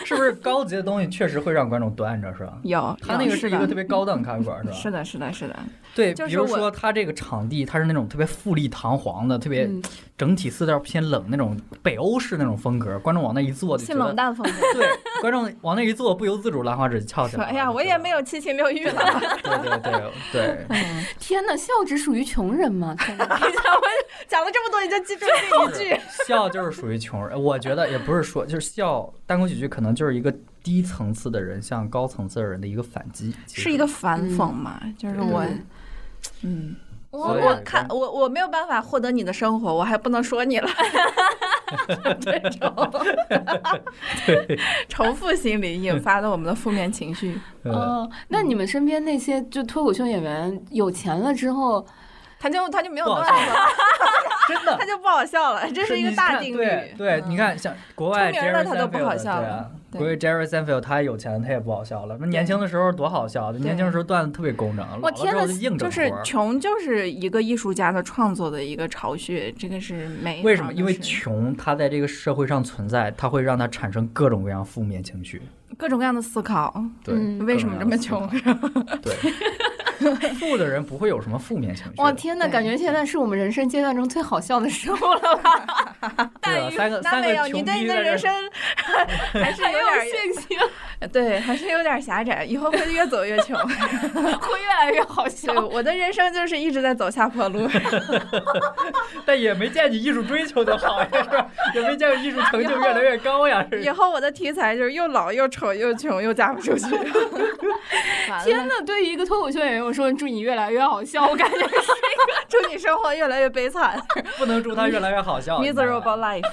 [SPEAKER 4] 是不是高级的东西确实会让观众端着是吧？
[SPEAKER 3] 有，
[SPEAKER 4] 他那
[SPEAKER 3] 有
[SPEAKER 4] 个是
[SPEAKER 3] 是
[SPEAKER 4] 一个
[SPEAKER 3] 的
[SPEAKER 4] 特别高档咖啡馆是吧？
[SPEAKER 3] 是的，是的，是的，
[SPEAKER 4] 对，
[SPEAKER 3] 就
[SPEAKER 4] 比
[SPEAKER 3] 是
[SPEAKER 4] 如
[SPEAKER 3] 我
[SPEAKER 4] 说它这个场地，它是那种特别富丽堂皇的，特别
[SPEAKER 2] 嗯
[SPEAKER 4] 整体色调偏冷那种北欧式那种风格，观众往那一坐就觉
[SPEAKER 3] 性冷
[SPEAKER 4] 得，
[SPEAKER 3] 淡风格。
[SPEAKER 4] 对，观众往那一坐不由自主兰花指就翘起
[SPEAKER 3] 说
[SPEAKER 4] 来了。
[SPEAKER 3] 哎呀，我也没
[SPEAKER 4] 有，
[SPEAKER 3] 有七情六欲了，
[SPEAKER 4] 对对对对，
[SPEAKER 2] 天呐，孝直属于穷人 吗？天呐
[SPEAKER 3] 我讲了这么多，你就记住这一句。
[SPEAKER 4] 笑就是属于穷人，我觉得也不是说就是笑，单口喜剧可能就是一个低层次的人向高层次的人的一个反击，其
[SPEAKER 3] 是一
[SPEAKER 4] 实
[SPEAKER 3] 个反讽嘛，就是
[SPEAKER 4] 对
[SPEAKER 3] 我
[SPEAKER 2] 对，
[SPEAKER 3] 嗯，我
[SPEAKER 4] 所以
[SPEAKER 3] 我看
[SPEAKER 4] 咱
[SPEAKER 3] 我我没有办法获得你的生活，我还不能说你了， 这种 重复心理引发了我们的负面情绪。
[SPEAKER 4] 呃，
[SPEAKER 2] 哦，那你们身边那些就脱口秀演员有钱了之后，
[SPEAKER 3] 他就他就没有
[SPEAKER 4] 不好
[SPEAKER 3] 段
[SPEAKER 4] 笑
[SPEAKER 3] 子了，
[SPEAKER 4] 真的
[SPEAKER 3] 他。就不好笑了，这 是一个
[SPEAKER 4] 你
[SPEAKER 3] 大
[SPEAKER 4] 看
[SPEAKER 3] 定律
[SPEAKER 4] 对。对，
[SPEAKER 3] 嗯
[SPEAKER 4] 你，看，像国外
[SPEAKER 3] 出名了
[SPEAKER 4] Jerry
[SPEAKER 3] 他都不
[SPEAKER 4] Seinfeld，
[SPEAKER 3] 好笑
[SPEAKER 4] 对啊
[SPEAKER 3] 了对
[SPEAKER 4] 国外 Jerry Seinfeld 他有钱，他也不好笑了。那年轻的时候多好笑，啊年轻的时候段子特别工整，老
[SPEAKER 3] 我
[SPEAKER 4] 了之
[SPEAKER 3] 天
[SPEAKER 4] 后
[SPEAKER 3] 呐
[SPEAKER 4] 就硬，整
[SPEAKER 3] 就是
[SPEAKER 4] 活儿。
[SPEAKER 3] 穷就是一个艺术家的创作的一个巢穴，这个是没
[SPEAKER 4] 为什么？因为穷，它在这个社会上存在，它会让它产生各种各样负面情绪。
[SPEAKER 3] 各种各样的思考，
[SPEAKER 4] 对，
[SPEAKER 2] 嗯
[SPEAKER 3] 为什么这么穷？
[SPEAKER 4] 对， 富的人不会有什么负面情绪。
[SPEAKER 2] 哇，天呐，
[SPEAKER 3] 对
[SPEAKER 2] 感觉现在是我们人生阶段中最好笑的时候 了吧？
[SPEAKER 4] 对啊，三个
[SPEAKER 3] 那
[SPEAKER 4] 三
[SPEAKER 3] 没
[SPEAKER 4] 个
[SPEAKER 3] 有，
[SPEAKER 4] 穷
[SPEAKER 3] 哦你对
[SPEAKER 4] 逼
[SPEAKER 3] 你
[SPEAKER 4] 在这
[SPEAKER 3] 的人
[SPEAKER 4] 儿
[SPEAKER 3] 生 还是有
[SPEAKER 2] 还有
[SPEAKER 3] 点
[SPEAKER 2] 信心，
[SPEAKER 3] 儿对，还是有点狭窄，以后会越走越穷。
[SPEAKER 2] 会越来越好笑
[SPEAKER 3] 对，。我的人生就是一直在走下坡路，
[SPEAKER 4] 但也没见你艺术追求的好呀，是吧？也没见你艺术成就越来越高 呀，是
[SPEAKER 3] 以后我的题材就是又老又丑又穷又嫁不出去。完
[SPEAKER 2] 天
[SPEAKER 3] 了，
[SPEAKER 2] 呐，对于一个脱口秀演员，我说祝你越来越好 笑，我感觉是
[SPEAKER 3] 祝你生活越来越悲惨
[SPEAKER 4] 不能祝他越来越好笑。你知道吧
[SPEAKER 3] ，miserable life。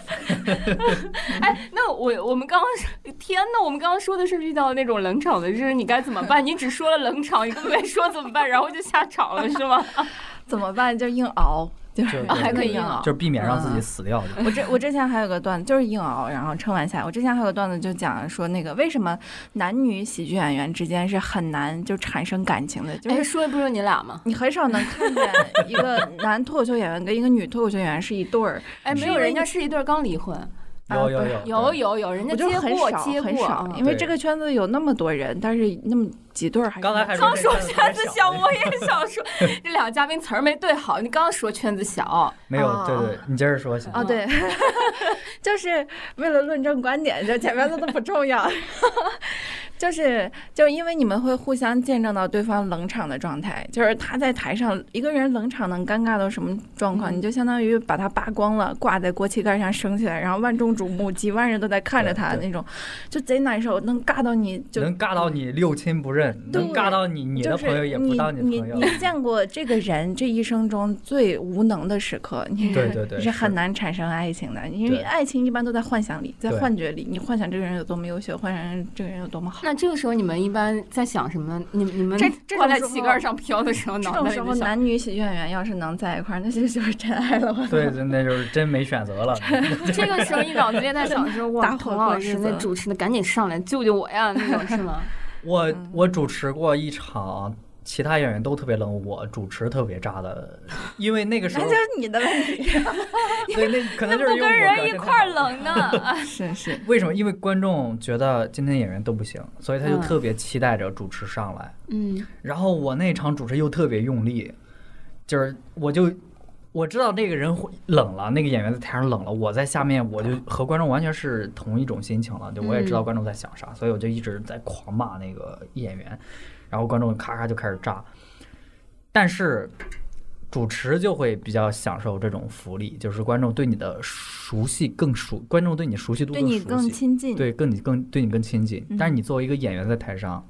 [SPEAKER 2] 哎，那我我们刚刚说天呐，我们刚刚说的是遇到那种冷场的日，你该怎么办？你只说了冷场，你没说怎么办，然后就下场了是吗？
[SPEAKER 3] 怎么办？就硬熬，就
[SPEAKER 4] 就是是对
[SPEAKER 2] 还可以硬熬
[SPEAKER 4] 就是避免让自己死掉。就
[SPEAKER 3] 我之我之前还有个段子，就是硬熬，然后撑完下来。我之前还有个段子就讲说那个为什么男女喜剧演员之间是很难就产生感情的，就 是
[SPEAKER 2] 哎，说的不是你俩吗？
[SPEAKER 3] 你很少能看见一个男脱口秀演员跟一个女脱口秀演员是一对儿，
[SPEAKER 2] 哎，没
[SPEAKER 3] 是因
[SPEAKER 2] 有，
[SPEAKER 3] 为
[SPEAKER 2] 人
[SPEAKER 3] 你
[SPEAKER 2] 家是一对儿刚离婚，
[SPEAKER 4] 有有
[SPEAKER 3] 啊
[SPEAKER 4] 有
[SPEAKER 2] 有有有，人家
[SPEAKER 3] 我就
[SPEAKER 2] 接
[SPEAKER 3] 很
[SPEAKER 2] 过
[SPEAKER 3] 少
[SPEAKER 2] 接
[SPEAKER 3] 很
[SPEAKER 2] 过
[SPEAKER 3] 少
[SPEAKER 2] 啊，。
[SPEAKER 3] 因为
[SPEAKER 4] 对
[SPEAKER 3] 这个圈子有那么多人，但是那么几对儿还是
[SPEAKER 4] 刚才还
[SPEAKER 2] 刚说
[SPEAKER 4] 这个
[SPEAKER 2] 圈子
[SPEAKER 4] 圈子
[SPEAKER 2] 小，
[SPEAKER 4] 小
[SPEAKER 2] 我也想说，这俩嘉宾词儿没对好。你刚刚说圈子小，
[SPEAKER 4] 没有，
[SPEAKER 3] 啊
[SPEAKER 4] 对对，你接着说
[SPEAKER 2] 哦
[SPEAKER 4] 行。
[SPEAKER 3] 啊对， 就是为了论证观点，就前面的都不重要。 就是就因为你们会互相见证到对方冷场的状态，就是他在台上一个人冷场能尴尬到什么状况，
[SPEAKER 2] 嗯
[SPEAKER 3] 你就相当于把他扒光了，挂在锅气盖上升起来，然后万众瞩目，几万人都在看着他
[SPEAKER 4] 对对
[SPEAKER 3] 那种，就贼难受，能尬到你就
[SPEAKER 4] 能尬到你六亲不认，
[SPEAKER 3] 对
[SPEAKER 4] 能尬到你你的
[SPEAKER 3] 就是
[SPEAKER 4] 朋友也不当
[SPEAKER 3] 你
[SPEAKER 4] 朋友
[SPEAKER 3] 你。你见过这个人这一生中最无能的时刻，你
[SPEAKER 4] 对对对
[SPEAKER 3] 你
[SPEAKER 4] 是
[SPEAKER 3] 是很难产生爱情的，因为
[SPEAKER 4] 对
[SPEAKER 3] 爱情一般都在幻想里，在
[SPEAKER 4] 对
[SPEAKER 3] 幻觉里，你幻想这个人有多么优秀，幻想这个人有多么好。
[SPEAKER 2] 那这个时候你们一般在想什么？你你们
[SPEAKER 3] 这这
[SPEAKER 2] 挂
[SPEAKER 3] 种
[SPEAKER 2] 在
[SPEAKER 3] 时
[SPEAKER 2] 旗
[SPEAKER 3] 候
[SPEAKER 2] 杆上飘的时候，
[SPEAKER 3] 这
[SPEAKER 2] 脑
[SPEAKER 3] 种
[SPEAKER 2] 袋里
[SPEAKER 3] 时候，
[SPEAKER 2] 面想。
[SPEAKER 3] 男女喜剧演员要是能在一块儿，那就 就是真爱了。我
[SPEAKER 4] 对，对，那就是真没选 择了。
[SPEAKER 2] 这个时候一脑子里在想说，哇，
[SPEAKER 3] 打火
[SPEAKER 2] 童
[SPEAKER 3] 过
[SPEAKER 2] 老师
[SPEAKER 3] 日子
[SPEAKER 2] 那
[SPEAKER 3] 了
[SPEAKER 2] 主持的赶紧上来救救我呀，那种是吗？
[SPEAKER 4] 我我主持过一场，其他演员都特别冷，我主持特别炸的，因为那个时
[SPEAKER 3] 那
[SPEAKER 4] 候
[SPEAKER 3] 就，是你的问题。
[SPEAKER 4] 对那可能就是
[SPEAKER 2] 不跟
[SPEAKER 4] 因为我表
[SPEAKER 2] 人一
[SPEAKER 4] 现太
[SPEAKER 2] 块儿
[SPEAKER 4] 好
[SPEAKER 2] 冷 呢。哎
[SPEAKER 3] 是是，
[SPEAKER 4] 为什么？因为观众觉得今天演员都不行，所以他就
[SPEAKER 2] 嗯
[SPEAKER 4] 特别期待着主持上来。
[SPEAKER 2] 嗯，
[SPEAKER 4] 然后我那场主持又特别用力，就是我就我知道那个人会冷了，那个演员在台上冷了，我在下面我就和观众完全是同一种心情了，就我也知
[SPEAKER 3] 嗯
[SPEAKER 4] 道观众在想啥，所以我就一直在狂骂那个演员，然后观众咔咔就开始炸，但是。主持就会比较享受这种福利，就是观众对你的熟悉更熟，观众对你熟悉度
[SPEAKER 3] 对
[SPEAKER 4] 更熟
[SPEAKER 3] 你
[SPEAKER 4] 悉，
[SPEAKER 3] 更亲近。
[SPEAKER 4] 对，更你更对你更亲近。但是
[SPEAKER 3] 嗯
[SPEAKER 4] 你作为一个演员在台上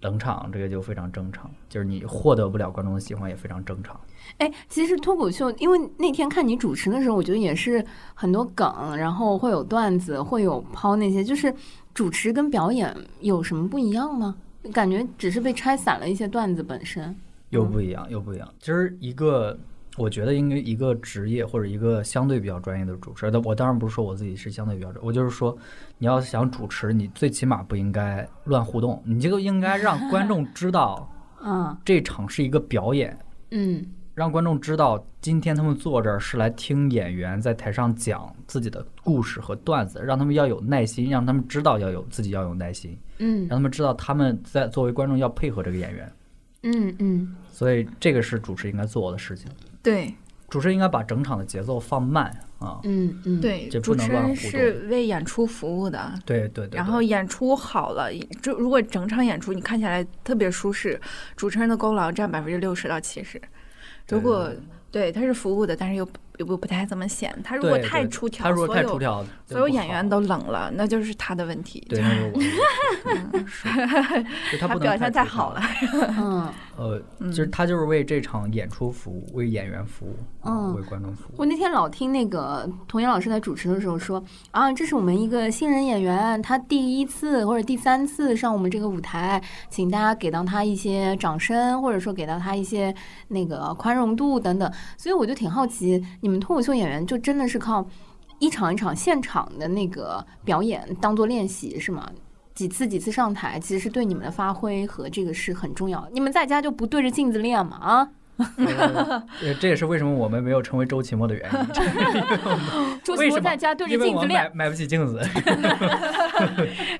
[SPEAKER 4] 冷场，这个就非常正常，就是你获得不了观众的喜欢也非常正常。
[SPEAKER 2] 哎，其实脱口秀，因为那天看你主持的时候，我觉得也是很多梗，然后会有段子，会有抛那些，就是主持跟表演有什么不一样吗？感觉只是被拆散了一些段子本身。
[SPEAKER 4] 又不一样，又不一样。其实一个，我觉得应该一个职业或者一个相对比较专业的主持人，但我当然不是说我自己是相对比较专业，我就是说，你要想主持，你最起码不应该乱互动，你这个应该让观众知道
[SPEAKER 2] 嗯
[SPEAKER 4] 这场是一个表演，
[SPEAKER 2] 嗯
[SPEAKER 4] 让观众知道今天他们坐这儿是来听演员在台上讲自己的故事和段子，让他们要有耐心，让他们知道要有自己要有耐心，
[SPEAKER 2] 嗯
[SPEAKER 4] 让他们知道他们在作为观众要配合这个演员。
[SPEAKER 2] 嗯嗯
[SPEAKER 4] 所以这个是主持应该做的事情，
[SPEAKER 3] 对
[SPEAKER 4] 主持应该把整场的节奏放慢啊。
[SPEAKER 2] 嗯嗯，，
[SPEAKER 3] 对，
[SPEAKER 4] 这不
[SPEAKER 3] 主
[SPEAKER 4] 能
[SPEAKER 3] 持
[SPEAKER 4] 乱
[SPEAKER 3] 人
[SPEAKER 4] 互动
[SPEAKER 3] 是为演出服务的。
[SPEAKER 4] 对对对对。
[SPEAKER 3] 然后演出好了，就如果整场演出你看起来特别舒适，主持人的功劳占百分之六十到七十。如果对他是服务的，但是又又不不太怎么显。他如果
[SPEAKER 4] 对对
[SPEAKER 3] 太
[SPEAKER 4] 对
[SPEAKER 3] 出挑，
[SPEAKER 4] 他如果
[SPEAKER 3] 所
[SPEAKER 4] 太
[SPEAKER 3] 有
[SPEAKER 4] 出挑，
[SPEAKER 3] 所有演员都冷了，那就是他的问题。
[SPEAKER 4] 对，那是我的问题，是 就他
[SPEAKER 3] 嗯他
[SPEAKER 4] 不能
[SPEAKER 3] 表现
[SPEAKER 4] 太
[SPEAKER 3] 太
[SPEAKER 4] 出
[SPEAKER 3] 好
[SPEAKER 4] 挑
[SPEAKER 3] 了。。
[SPEAKER 2] 嗯。
[SPEAKER 4] 呃，就是他就是为这场演出服务，为演员服务，啊为观众服务
[SPEAKER 2] 我。那天老听那个童岩老师在主持的时候说啊，这是我们一个新人演员，他第一次或者第三次上我们这个舞台，请大家给到他一些掌声，或者说给到他一些那个宽容度等等。所以我就挺好奇，你们脱口秀演员就真的是靠一场一场现场的那个表演当做练习是吗？几次几次上台，其实是对你们的发挥和这个是很重要的。你们在家就不对着镜子练嘛啊？
[SPEAKER 4] 呃，这也是为什么我们没有成为周奇墨的原因，就是
[SPEAKER 2] 周
[SPEAKER 4] 为
[SPEAKER 2] 奇
[SPEAKER 4] 什
[SPEAKER 2] 墨
[SPEAKER 4] 么
[SPEAKER 2] 在家对着
[SPEAKER 4] 因为
[SPEAKER 2] 镜
[SPEAKER 4] 我
[SPEAKER 2] 子
[SPEAKER 4] 们
[SPEAKER 2] 练
[SPEAKER 4] 买，买不起镜子，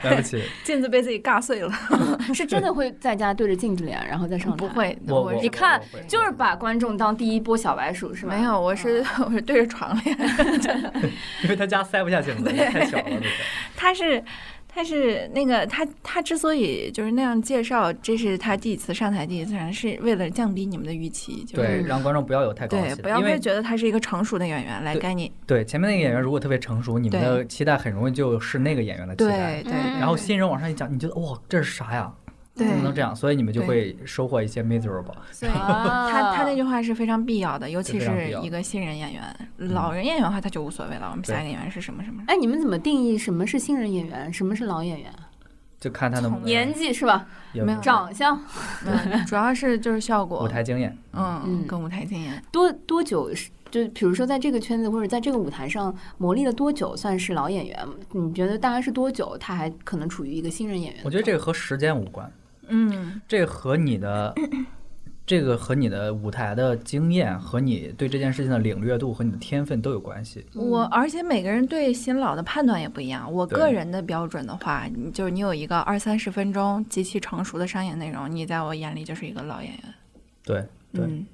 [SPEAKER 4] 买不起。
[SPEAKER 3] 镜子被自己尬碎了，
[SPEAKER 2] 是真的会在家对着镜子脸，然后再上台？
[SPEAKER 3] 不，会，嗯
[SPEAKER 4] 我我
[SPEAKER 2] 你
[SPEAKER 3] 是
[SPEAKER 2] 看
[SPEAKER 4] 我会
[SPEAKER 2] 就是把观众当第一波小白鼠是吧？
[SPEAKER 3] 没有，，我是
[SPEAKER 4] 嗯
[SPEAKER 3] 我是对着床练。
[SPEAKER 4] 因为他家塞不下镜子，太小了。
[SPEAKER 3] 他是他是那个他他之所以就是那样介绍，这是他第一次上台，第一次上台是为了降低你们的预期，就
[SPEAKER 4] 对，
[SPEAKER 3] 是
[SPEAKER 4] 让观众不要有太高
[SPEAKER 3] 对
[SPEAKER 4] 期，
[SPEAKER 3] 不
[SPEAKER 4] 待，
[SPEAKER 3] 要
[SPEAKER 4] 因为
[SPEAKER 3] 会觉得他是一个成熟的演员来
[SPEAKER 4] 对
[SPEAKER 3] 该你
[SPEAKER 4] 对前面那个演员如果特别成熟，你们的期待很容易就是那个演员的期
[SPEAKER 3] 对
[SPEAKER 4] 待。
[SPEAKER 3] 对
[SPEAKER 2] 嗯
[SPEAKER 4] 然后新人往上一讲，你觉得哇，这是啥呀？
[SPEAKER 3] 对
[SPEAKER 4] 怎么能这样？所以你们就
[SPEAKER 3] 对
[SPEAKER 4] 会收获一些 miserable。
[SPEAKER 3] 所以
[SPEAKER 2] 啊
[SPEAKER 3] 他他那句话是非常必要的，尤其
[SPEAKER 4] 非常必
[SPEAKER 3] 是
[SPEAKER 4] 要嗯
[SPEAKER 3] 一个新人演员，老人演员的话他就无所谓了。我们下一个演员是什么 什么？
[SPEAKER 2] 哎，你们怎么定义什么是新人演员，什么是老演员？
[SPEAKER 4] 就看他的
[SPEAKER 3] 从
[SPEAKER 2] 年纪是吧？
[SPEAKER 4] 有
[SPEAKER 3] 没有
[SPEAKER 2] 长相
[SPEAKER 3] 嗯，主要是就是效果，
[SPEAKER 4] 舞台经验，
[SPEAKER 3] 嗯，
[SPEAKER 2] 嗯
[SPEAKER 3] 跟舞台经验。
[SPEAKER 2] 多多久是？就比如说，在这个圈子或者在这个舞台上磨砺了多久算是老演员？你觉得大概是多久他还可能处于一个新人演员？
[SPEAKER 4] 我觉得这个和时间无关，
[SPEAKER 3] 嗯，
[SPEAKER 4] 这个和你的这个和你的舞台的经验和你对这件事情的领略度和你的天分都有关系。
[SPEAKER 3] 嗯我
[SPEAKER 2] 嗯
[SPEAKER 3] 而且每个人对新老的判断也不一样。我
[SPEAKER 4] 对
[SPEAKER 3] 个人的标准的话，你就是你有一个二三十分钟极其成熟的商演内容，你在我眼里就是一个老演员。
[SPEAKER 4] 对对，
[SPEAKER 3] 嗯，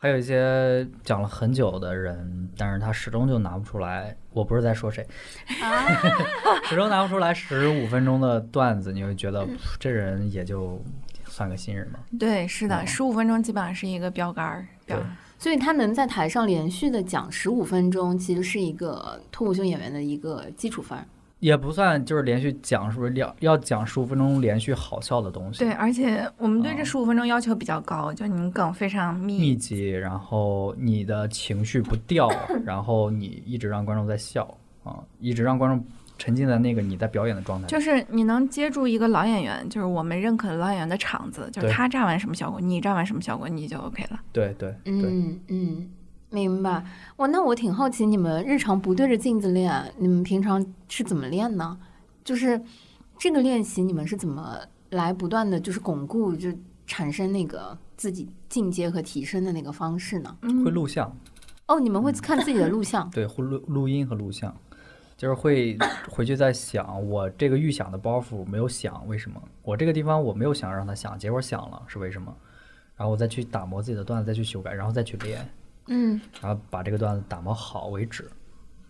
[SPEAKER 4] 还有一些讲了很久的人，但是他始终就拿不出来。我不是在说谁，
[SPEAKER 2] 啊，
[SPEAKER 4] 始终拿不出来十五分钟的段子，你会觉
[SPEAKER 3] 嗯
[SPEAKER 4] 得这人也就算个新人吧。
[SPEAKER 3] 对，是的，
[SPEAKER 4] 嗯
[SPEAKER 3] 十五分钟基本上是一个标杆儿。标
[SPEAKER 4] 对
[SPEAKER 2] 所以他能在台上连续的讲十五分钟，其实是一个脱口秀演员的一个基础分儿。
[SPEAKER 4] 也不算就是连续讲，是不是要要讲十五分钟连续好笑的东西？
[SPEAKER 3] 对，而且我们对
[SPEAKER 4] 哦
[SPEAKER 3] 这十五分钟要求比较高，就你们梗非常密
[SPEAKER 4] 密集，然后你的情绪不掉，然后你一直让观众在笑啊，一直让观众沉浸在那个你在表演的状态里。
[SPEAKER 3] 就是你能接住一个老演员，就是我们认可的老演员的场子，就是
[SPEAKER 4] 对
[SPEAKER 3] 他站完什么效果，你站完什么效果，你就 OK 了。
[SPEAKER 4] 对对对，
[SPEAKER 2] 嗯嗯，明白。哇，那我挺好奇，你们日常不对着镜子练，你们平常是怎么练呢？就是这个练习，你们是怎么来不断的就是巩固，就产生那个自己进阶和提升的那个方式呢？
[SPEAKER 3] 嗯
[SPEAKER 4] 会录像，，
[SPEAKER 2] 哦，你们会看自己的录像
[SPEAKER 4] 对会录录音和录像，就是会回去在想我这个预想的包袱没有想，为什么我这个地方我没有想让他想，结果想了是为什么？然后我再去打磨自己的段子，再去修改，然后再去练，
[SPEAKER 2] 嗯
[SPEAKER 4] 然后把这个段子打磨好为止，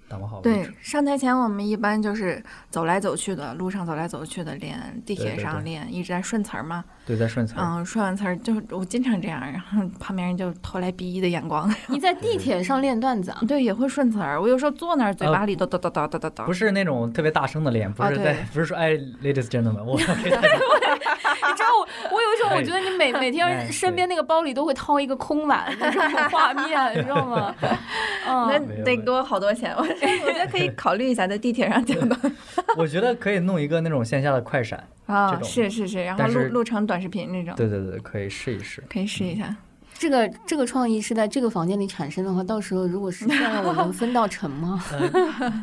[SPEAKER 4] 打磨好为
[SPEAKER 3] 对
[SPEAKER 4] 止。，
[SPEAKER 3] 上台前我们一般就是走来走去的，路上走来走去的练，地
[SPEAKER 4] 对
[SPEAKER 3] 铁
[SPEAKER 4] 对
[SPEAKER 3] 上
[SPEAKER 4] 对
[SPEAKER 3] 练，一直在顺词儿嘛。
[SPEAKER 4] 对，在顺词儿。
[SPEAKER 3] 嗯，顺完词儿就我经常这样，然后旁边人就投来鄙夷的眼光。
[SPEAKER 2] 你在地铁上练段子啊？
[SPEAKER 3] 对，也会顺词儿，我有时候坐那儿嘴
[SPEAKER 4] 呃
[SPEAKER 3] 巴里叨叨叨叨叨叨叨
[SPEAKER 4] 不。是那种特别大声的练，不
[SPEAKER 3] 啊
[SPEAKER 4] 是
[SPEAKER 3] 对
[SPEAKER 4] 在，不是说哎，ladies gentlemen，我
[SPEAKER 2] 你知道我，我有时候我觉得你每每
[SPEAKER 4] 哎
[SPEAKER 2] 天身边那个包里都会掏一个空碗的这种画面，你知道吗？
[SPEAKER 3] 那
[SPEAKER 2] 嗯，
[SPEAKER 4] 啊没有
[SPEAKER 3] 得
[SPEAKER 4] 没有
[SPEAKER 3] 给我好多钱，我我觉得可以考虑一下在地铁上讲的
[SPEAKER 4] 我觉得可以弄一个那种线下的快闪，这
[SPEAKER 3] 啊，
[SPEAKER 4] 种
[SPEAKER 3] 是是是，然后
[SPEAKER 4] 但
[SPEAKER 3] 录
[SPEAKER 4] 是
[SPEAKER 3] 录成短视频那种，
[SPEAKER 4] 对嗯对对，可以试一试。
[SPEAKER 3] 可以试一下。
[SPEAKER 2] 这个这个创意是在这个房间里产生的话，到时候如果实现了，我能分到成吗？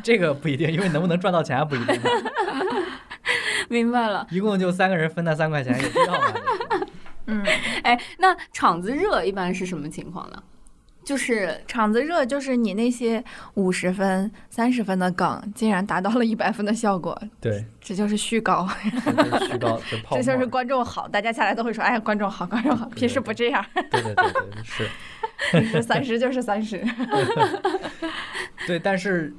[SPEAKER 4] 这个不一定，因为能不能赚到钱还不一定呢。
[SPEAKER 2] 明白了，
[SPEAKER 4] 一共就三个人分那三块钱，有必要吗？
[SPEAKER 3] 嗯，
[SPEAKER 2] 哎，那场子热一般是什么情况呢？就是
[SPEAKER 3] 场子热就是你那些五十分、三十分的梗，竟然达到了一百分的效果，
[SPEAKER 4] 对，
[SPEAKER 3] 这就是虚高，
[SPEAKER 4] 这就是虚高，这泡沫
[SPEAKER 3] 这就是观众好，大家下来都会说，哎，观众好，观众好，
[SPEAKER 4] 对
[SPEAKER 3] 平时不这样，
[SPEAKER 4] 对对对对是，
[SPEAKER 3] 平时三十就是三十，
[SPEAKER 4] 对，但是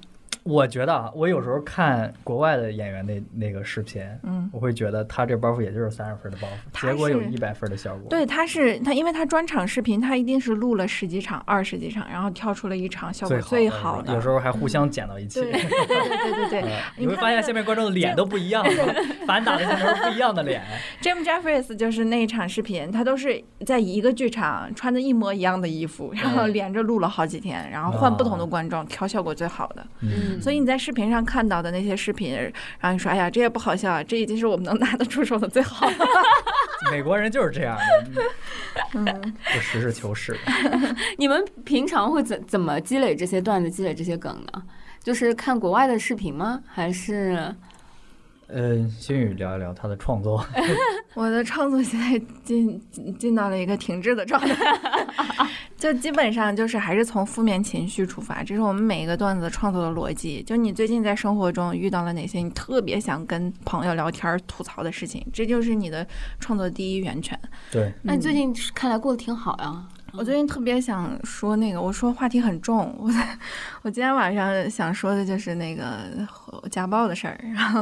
[SPEAKER 4] 我觉得啊，我有时候看国外的演员那那个视频，
[SPEAKER 3] 嗯，
[SPEAKER 4] 我会觉得他这包袱也就是三十分的包袱，
[SPEAKER 3] 他
[SPEAKER 4] 结果有
[SPEAKER 3] 是
[SPEAKER 4] 一百分的效果。
[SPEAKER 3] 对，他是他，因为他专场视频，他一定是录了十几场、二十几场，然后挑出了一场效果
[SPEAKER 4] 最
[SPEAKER 3] 最好的。
[SPEAKER 4] 有时候还互相剪到一起。
[SPEAKER 3] 对 对对对对对
[SPEAKER 4] 哎，
[SPEAKER 3] 你
[SPEAKER 4] 你会发现下面观众的脸都不一样了， 反打的下面是不一样的脸。
[SPEAKER 3] Jim Jeffries 就是那一场视频，他都是在一个剧场穿的一模一样的衣服，然后连着录了好几天，然后换不同的观众挑效果最好的。
[SPEAKER 2] 嗯
[SPEAKER 3] 所以你在视频上看到的那些视频，然后你说哎呀这也不好笑啊，这已经是我们能拿得出手的最好了。
[SPEAKER 4] 美国人就是这样的，嗯
[SPEAKER 3] 嗯，
[SPEAKER 4] 就实事求是。
[SPEAKER 2] 你们平常会怎怎么积累这些段子、积累这些梗呢？就是看国外的视频吗？还是
[SPEAKER 4] 呃，星宇聊一聊他的创作，
[SPEAKER 3] 我的创作现在进进进到了一个停滞的状态，就基本上就是还是从负面情绪出发，这是我们每一个段子创作的逻辑。就你最近在生活中遇到了哪些你特别想跟朋友聊天儿吐槽的事情，这就是你的创作第一源泉。
[SPEAKER 4] 对，
[SPEAKER 2] 那、哎你最
[SPEAKER 3] 嗯
[SPEAKER 2] 近看来过得挺好呀。
[SPEAKER 3] 我最近特别想说那个，我说话题很重，我我今天晚上想说的就是那个家暴的事儿，然后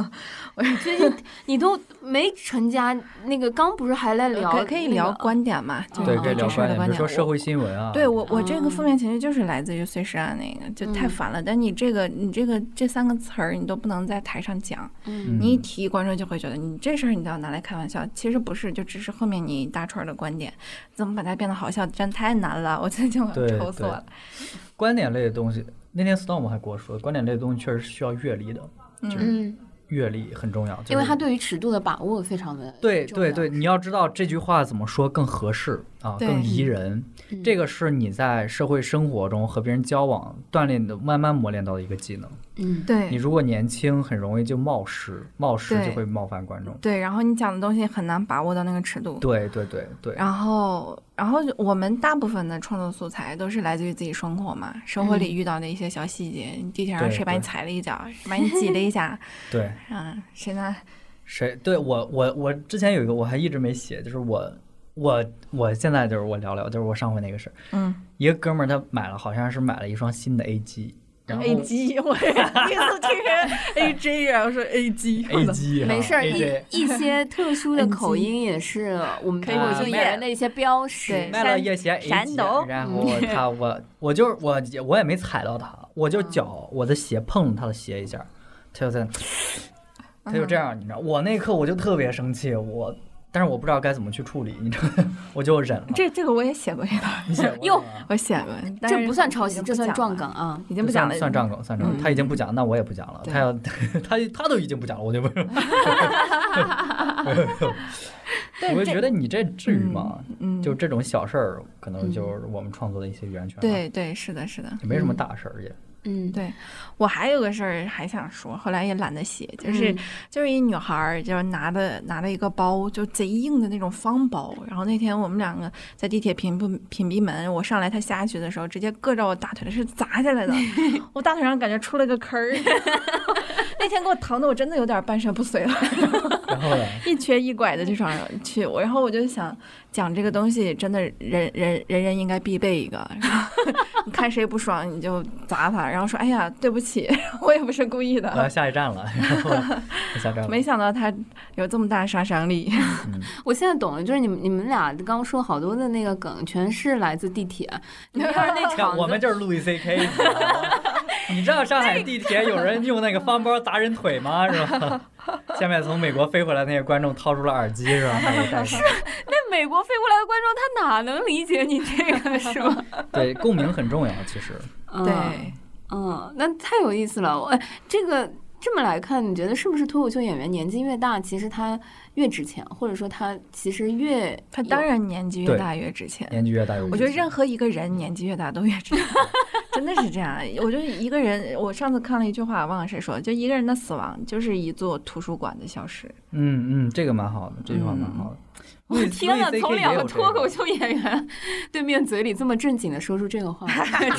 [SPEAKER 2] 最近你都没成家，那个刚不是还来聊、
[SPEAKER 3] 呃可以可以聊，观点嘛，就是
[SPEAKER 4] 对，
[SPEAKER 2] 嗯
[SPEAKER 4] 可以聊
[SPEAKER 3] 这事
[SPEAKER 4] 观
[SPEAKER 3] 儿的
[SPEAKER 4] 点，
[SPEAKER 3] 观
[SPEAKER 4] 比如
[SPEAKER 3] 点。
[SPEAKER 4] 说社
[SPEAKER 3] 我
[SPEAKER 4] 会新闻啊。
[SPEAKER 3] 对我，我这个
[SPEAKER 2] 哦
[SPEAKER 3] 负面情绪就是来自于碎尸案那个，就太
[SPEAKER 2] 嗯
[SPEAKER 3] 烦了。但你这个，你这个这三个词儿，你都不能在台上讲，
[SPEAKER 2] 嗯
[SPEAKER 3] 你一
[SPEAKER 4] 嗯
[SPEAKER 3] 提，观众就会觉得你这事儿你都要拿来开玩笑。其实不是，就只是后面你一大串儿的观点，怎么把它变得好笑，真的太难了。我最近我
[SPEAKER 4] 对
[SPEAKER 3] 愁死
[SPEAKER 4] 对
[SPEAKER 3] 我了。
[SPEAKER 4] 观点类的东西，那天 storm 还跟我说，观点类的东西确实是需要阅历的，就是
[SPEAKER 2] 嗯，
[SPEAKER 4] 阅历很重要，就是
[SPEAKER 2] 因为他对于尺度的把握非常的
[SPEAKER 4] 对
[SPEAKER 2] 重
[SPEAKER 4] 对
[SPEAKER 2] 要
[SPEAKER 4] 对，，你要知道这句话怎么说更合适啊，
[SPEAKER 3] 对
[SPEAKER 4] 更宜人。
[SPEAKER 2] 嗯
[SPEAKER 4] 这个是你在社会生活中和别人交往锻炼的，慢慢磨练到的一个技能。
[SPEAKER 2] 嗯
[SPEAKER 4] 你
[SPEAKER 3] 对
[SPEAKER 4] 如果年轻，很容易就冒失，冒失
[SPEAKER 3] 对
[SPEAKER 4] 就会冒犯观众。
[SPEAKER 3] 对，然后你讲的东西很难把握到那个尺度。
[SPEAKER 4] 对对对对，
[SPEAKER 3] 然后，然后我们大部分的创作素材都是来自于自己生活嘛，生活里遇到的一些小细节，你地铁上
[SPEAKER 4] 嗯对
[SPEAKER 3] 谁把你
[SPEAKER 4] 对
[SPEAKER 3] 踩了一脚，谁把你挤了一下，
[SPEAKER 4] 对
[SPEAKER 3] 嗯，谁呢？
[SPEAKER 4] 谁对我我我之前有一个我还一直没写，就是我我我现在就是我聊聊，就是我上回那个事儿，
[SPEAKER 3] 嗯，
[SPEAKER 4] 一个哥们儿他买了好像是买了一双新的 AG，然后
[SPEAKER 3] A G，我第一次听人 A G，然后说 A G，
[SPEAKER 4] A 机
[SPEAKER 2] 没事儿，一
[SPEAKER 4] ，AJ
[SPEAKER 2] 一 些特殊的口音也是我们脱呃口秀演员的一些标识
[SPEAKER 3] 对。
[SPEAKER 4] 卖了夜鞋 A
[SPEAKER 3] 山
[SPEAKER 4] 级，
[SPEAKER 3] 东
[SPEAKER 4] 然后他我我就是我我也没踩到他，我就
[SPEAKER 3] 嗯
[SPEAKER 4] 脚我的鞋碰了他的鞋一下，他就在他就这样，你知道，我那一刻我就特别生气，我但是我不知道该怎么去处理，你知道， 我就忍了。
[SPEAKER 3] 这这个我也写过这段，
[SPEAKER 4] 你写过
[SPEAKER 2] 哟
[SPEAKER 4] 是吧
[SPEAKER 3] 我写过，但
[SPEAKER 2] 这
[SPEAKER 3] 是
[SPEAKER 2] 不算抄袭，
[SPEAKER 3] 已经
[SPEAKER 2] 这算
[SPEAKER 3] 讲
[SPEAKER 2] 撞
[SPEAKER 3] 了
[SPEAKER 2] 梗，啊！
[SPEAKER 3] 已经不讲了，
[SPEAKER 4] 算算。账梗，算账梗。
[SPEAKER 3] 嗯
[SPEAKER 4] 他已经不讲，那我也不讲了。
[SPEAKER 3] 对
[SPEAKER 4] 他要 他他都已经不讲了，我就不。
[SPEAKER 3] 对，
[SPEAKER 4] 我就
[SPEAKER 3] 这
[SPEAKER 4] 觉得你这至于吗？
[SPEAKER 3] 嗯，
[SPEAKER 4] 就这种小事儿，可能就是我们创作的一些源泉。，
[SPEAKER 3] 对对，是的，是的。
[SPEAKER 4] 也没什么大事儿也。
[SPEAKER 2] 嗯，
[SPEAKER 3] 对我还有个事儿还想说，后来也懒得写，就是、
[SPEAKER 2] 嗯
[SPEAKER 3] 就是一女孩儿，就是拿的拿了一个包，就贼硬的那种方包。然后那天我们两个在地铁屏蔽屏蔽门，我上来她下去的时候，直接硌着我大腿了，是砸下来 的，我大腿上感觉出了个坑儿。 那天给我疼的，我真的有点半身不遂了，
[SPEAKER 4] 然 后呢？
[SPEAKER 3] 一瘸一拐的去床上去。我然后我就想讲这个东西，真的人人人人应该必备一个。然后 你看谁不爽你就砸他，然后说哎呀对不起， 我也不是故意的。
[SPEAKER 4] 我要下一站了，然后 下站了。
[SPEAKER 3] 没想到他有这么大杀伤力。
[SPEAKER 2] 我现在懂了，就是你们你们俩刚刚说好多的那个梗，全是来自地 铁。你们要是那场
[SPEAKER 4] 看，
[SPEAKER 2] 子
[SPEAKER 4] 我们就是路易 C K。你知道 吗你知道上海地铁有人用那个方包砸人腿吗？是 吧？下面从美国飞回来那个观众掏出了耳机，是吧？那个戴上
[SPEAKER 2] 那美国飞过来的观众，他哪能理解你这个是 吧？
[SPEAKER 4] 对，共鸣很重要，其实。
[SPEAKER 2] 嗯，
[SPEAKER 4] 啊
[SPEAKER 2] 嗯，那太有意思了。我哎这个这么来看，你觉得是不是脱口秀演员年纪越大，其实他越值钱，或者说他其实越
[SPEAKER 3] 他当然年纪越大越值钱。
[SPEAKER 4] 年纪越大越
[SPEAKER 3] 我觉得任何一个人年纪越大都越值钱， 真的是这样。我觉得一个人，我上次看了一句话，忘了谁说的，就一个人的死亡就是一座图书馆的消失。
[SPEAKER 4] 嗯嗯，这个蛮好的，这句话蛮好的。
[SPEAKER 2] 我
[SPEAKER 4] 为
[SPEAKER 2] 哦天呐，
[SPEAKER 4] 为
[SPEAKER 2] 从
[SPEAKER 4] CK 也
[SPEAKER 2] 两个
[SPEAKER 4] 有这
[SPEAKER 2] 脱口
[SPEAKER 4] 个
[SPEAKER 2] 秀演员对面嘴里这么正经的说出这个话，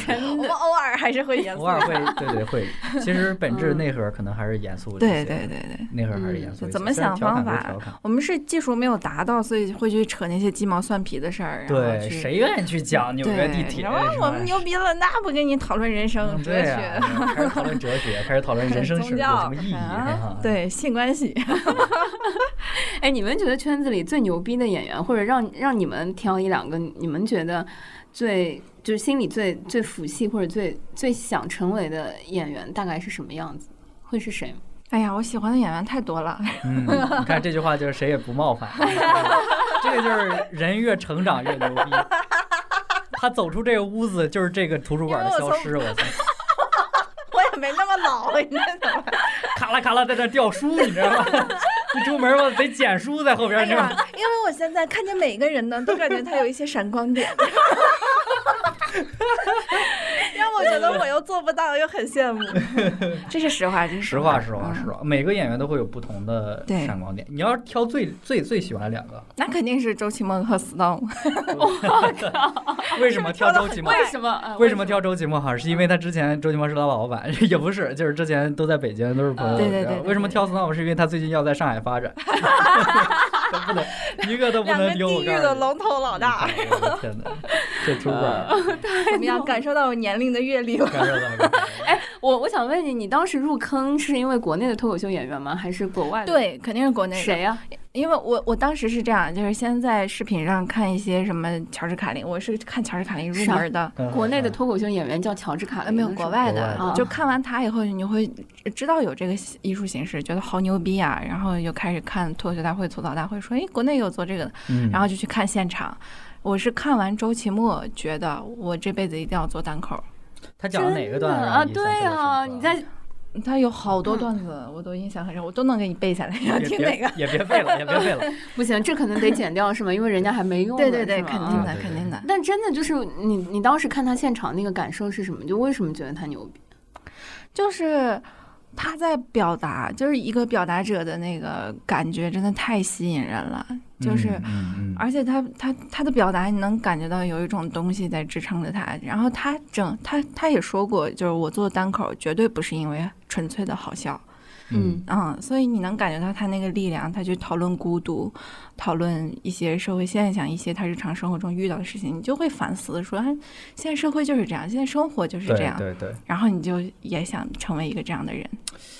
[SPEAKER 2] 真
[SPEAKER 3] 我
[SPEAKER 2] 的。
[SPEAKER 3] 偶尔还是会严肃
[SPEAKER 4] 偶。尔 会，对对会。其实本质内核可能还是严肃一些，
[SPEAKER 3] 嗯对对对嗯对，
[SPEAKER 4] 内核还是严肃一些。
[SPEAKER 3] 怎么
[SPEAKER 4] 虽然
[SPEAKER 3] 想
[SPEAKER 4] 调侃
[SPEAKER 3] 方
[SPEAKER 4] 归
[SPEAKER 3] 法
[SPEAKER 4] 调侃？
[SPEAKER 3] 我们是技术没有达到，所以会去扯那些鸡毛蒜皮的事儿。然后
[SPEAKER 4] 对，
[SPEAKER 3] 去
[SPEAKER 4] 谁愿意去讲纽
[SPEAKER 3] 对
[SPEAKER 4] 约地铁？
[SPEAKER 3] 然后
[SPEAKER 4] 是吧
[SPEAKER 3] 我们牛逼了，那不跟你讨论人生
[SPEAKER 4] 嗯
[SPEAKER 3] 哲
[SPEAKER 4] 对
[SPEAKER 3] 学、
[SPEAKER 4] 啊，开始讨论哲 学，开始讨论人生是
[SPEAKER 3] 宗
[SPEAKER 4] 有
[SPEAKER 3] 教
[SPEAKER 4] 什么意义？
[SPEAKER 3] 啊
[SPEAKER 4] 哈，
[SPEAKER 3] 对性关系。
[SPEAKER 2] 哎，你们觉得圈子里最牛逼的演员，或者让让你们挑一两个，你们觉得最就是心里最最服气或者最最想成为的演员，大概是什么样子？会是谁？
[SPEAKER 3] 哎呀，我喜欢的演员太多了。
[SPEAKER 4] 嗯，你看这句话就是谁也不冒犯，这个就是人越成长越牛逼。他走出这个屋子，就是这个图书馆的消失。我操，
[SPEAKER 3] 我也没那么老， 你那怎么？
[SPEAKER 4] 咔啦咔啦在这掉书，你知道吗？ 一出门我得捡书在后边，
[SPEAKER 3] 哎
[SPEAKER 4] 你知道吗？
[SPEAKER 3] 呀，因为我现在看见每个人呢，都感觉他有一些闪光点， 让我觉得我又做不到，又很 羡慕。这是实话，这是
[SPEAKER 4] 实话，实话，实
[SPEAKER 3] 嗯
[SPEAKER 4] 话，每个演员都会有不同的
[SPEAKER 3] 对啊
[SPEAKER 4] 闪光点。你要是挑最最最喜欢的两个，
[SPEAKER 3] 那肯定是周奇墨和 Stone。
[SPEAKER 4] 为什么挑周奇墨？
[SPEAKER 2] 为什么？
[SPEAKER 3] 啊
[SPEAKER 2] 呃
[SPEAKER 4] 为什么？挑周奇墨哈？是因为他之前周奇墨是他老板， 也不是，就是之前都在北京，都是朋友。
[SPEAKER 3] 对对对
[SPEAKER 4] 然后
[SPEAKER 3] 对
[SPEAKER 4] 为什么挑 Snow？是因为他最近要在上海发 展，都不能一个都不
[SPEAKER 3] 两个
[SPEAKER 4] 能丢。
[SPEAKER 3] 地
[SPEAKER 4] 我
[SPEAKER 3] 狱
[SPEAKER 4] 告诉
[SPEAKER 3] 的
[SPEAKER 4] 你
[SPEAKER 3] 龙头老大，
[SPEAKER 4] 哎呦我的天哪，这图书馆
[SPEAKER 3] 怎么样？感受到我年龄的阅历了？
[SPEAKER 4] 感受到了。
[SPEAKER 2] 我我想问你，你当时入坑是因为国内的脱口秀演员吗？还是国外的？，
[SPEAKER 3] 对，肯定是国内人。
[SPEAKER 2] 谁呀、啊
[SPEAKER 3] 因为我我当时是这样，就是先在视频上看一些什么乔治卡林，我是看乔治卡林入
[SPEAKER 2] 啥
[SPEAKER 3] 门的，
[SPEAKER 4] 嗯
[SPEAKER 2] 国内的脱口秀演员叫乔治卡
[SPEAKER 3] 呃，
[SPEAKER 2] 林，
[SPEAKER 3] 没有
[SPEAKER 2] 是
[SPEAKER 3] 国
[SPEAKER 2] 吗
[SPEAKER 3] 外
[SPEAKER 4] 国
[SPEAKER 3] 的啊
[SPEAKER 4] 外
[SPEAKER 2] 的，
[SPEAKER 3] 就看完他以后，你会知道有这个艺术形式，觉得好牛逼啊，然后又开始看脱口秀大会、吐槽大会，说哎，国内有做这个的，
[SPEAKER 4] 嗯
[SPEAKER 3] 然后就去看现场。我是看完周奇墨，觉得我这辈子一定要做单口。
[SPEAKER 4] 他讲了哪个段
[SPEAKER 2] 真的
[SPEAKER 4] 让
[SPEAKER 2] 啊？对
[SPEAKER 4] 你印象特别
[SPEAKER 2] 啊，
[SPEAKER 4] 深刻
[SPEAKER 2] 你在
[SPEAKER 3] 他有好多段子，我都印象很深，我都能给啊你背下来。要
[SPEAKER 4] 也
[SPEAKER 3] 听
[SPEAKER 4] 别
[SPEAKER 3] 哪个？
[SPEAKER 4] 也别背 了，也别背了。
[SPEAKER 2] 不行，这可能得剪掉是吗？因为人家还没用呢。
[SPEAKER 3] 对对啊对，
[SPEAKER 2] 是吗嗯
[SPEAKER 3] 肯定的，
[SPEAKER 4] 对对
[SPEAKER 3] 肯
[SPEAKER 4] 对
[SPEAKER 3] 定的。
[SPEAKER 2] 但真的就是你，你当时看他现场那个感受是什么？就为什么觉得他牛逼？
[SPEAKER 3] 就是他在表达，就是一个表达者的那个感觉，真的太吸引人了。就是，
[SPEAKER 4] 嗯嗯嗯
[SPEAKER 3] 而且他他他的表达，你能感觉到有一种东西在支撑着他。然后他整他他也说过，就是我做单口绝对不是因为纯粹的好笑，
[SPEAKER 4] 嗯，
[SPEAKER 3] 嗯，所以你能感觉到他那个力量，他去讨论孤独，讨论一些社会现象，一些他日常生活中遇到的事情，你就会反思说，哎现在社会就是这样，现在生活就是这
[SPEAKER 4] 对
[SPEAKER 3] 样。
[SPEAKER 4] 对对。
[SPEAKER 3] 然后你就也想成为一个这样的人。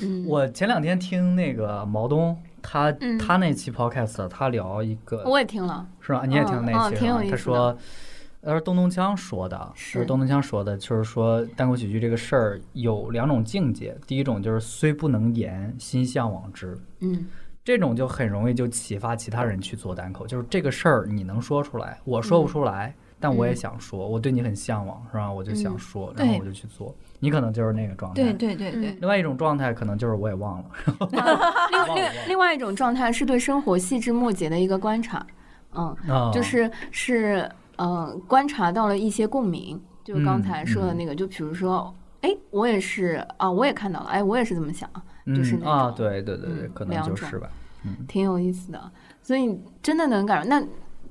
[SPEAKER 2] 嗯，
[SPEAKER 4] 我前两天听那个毛东，他
[SPEAKER 2] 嗯
[SPEAKER 4] 他那期 podcast，他聊一个
[SPEAKER 2] 我也听了，
[SPEAKER 4] 是吧？你也听了那
[SPEAKER 2] 嗯
[SPEAKER 4] 期
[SPEAKER 2] 嗯
[SPEAKER 4] 是
[SPEAKER 2] 挺有
[SPEAKER 4] 吧
[SPEAKER 2] 意思
[SPEAKER 4] 他
[SPEAKER 2] 的
[SPEAKER 4] 说，他说东东锵说的，
[SPEAKER 2] 是
[SPEAKER 4] 东东锵说的，就是说单口喜剧这个事儿有两种境界，第一种就是虽不能言，心向往之。
[SPEAKER 2] 嗯
[SPEAKER 4] 这种就很容易就启发其他人去做单口，就是这个事儿你能说出来，我
[SPEAKER 2] 嗯
[SPEAKER 4] 说不出来，但我也想说，我对你很向往，是吧？我就
[SPEAKER 2] 嗯
[SPEAKER 4] 想说，然后
[SPEAKER 3] 对
[SPEAKER 4] 我就去做。你可能就是那个状态。
[SPEAKER 3] 对对对对，
[SPEAKER 4] 另外一种状态可能就是我也忘了，
[SPEAKER 2] 另
[SPEAKER 4] 忘了
[SPEAKER 2] 另另外一种状态是对生活细枝末节的一个观察，嗯，
[SPEAKER 4] 啊，
[SPEAKER 2] 就是是呃，观察到了一些共鸣，就刚
[SPEAKER 4] 嗯
[SPEAKER 2] 才说的那个，就比如说，哎，我也是啊，我也看到了，哎，我也是这么想，就是
[SPEAKER 4] 嗯
[SPEAKER 2] 那
[SPEAKER 4] 啊，
[SPEAKER 2] 种
[SPEAKER 4] 对对对对，
[SPEAKER 2] 嗯
[SPEAKER 4] 可能
[SPEAKER 2] 两
[SPEAKER 4] 就
[SPEAKER 2] 种
[SPEAKER 4] 是吧。
[SPEAKER 2] 挺有意思的，所以真的能感受。那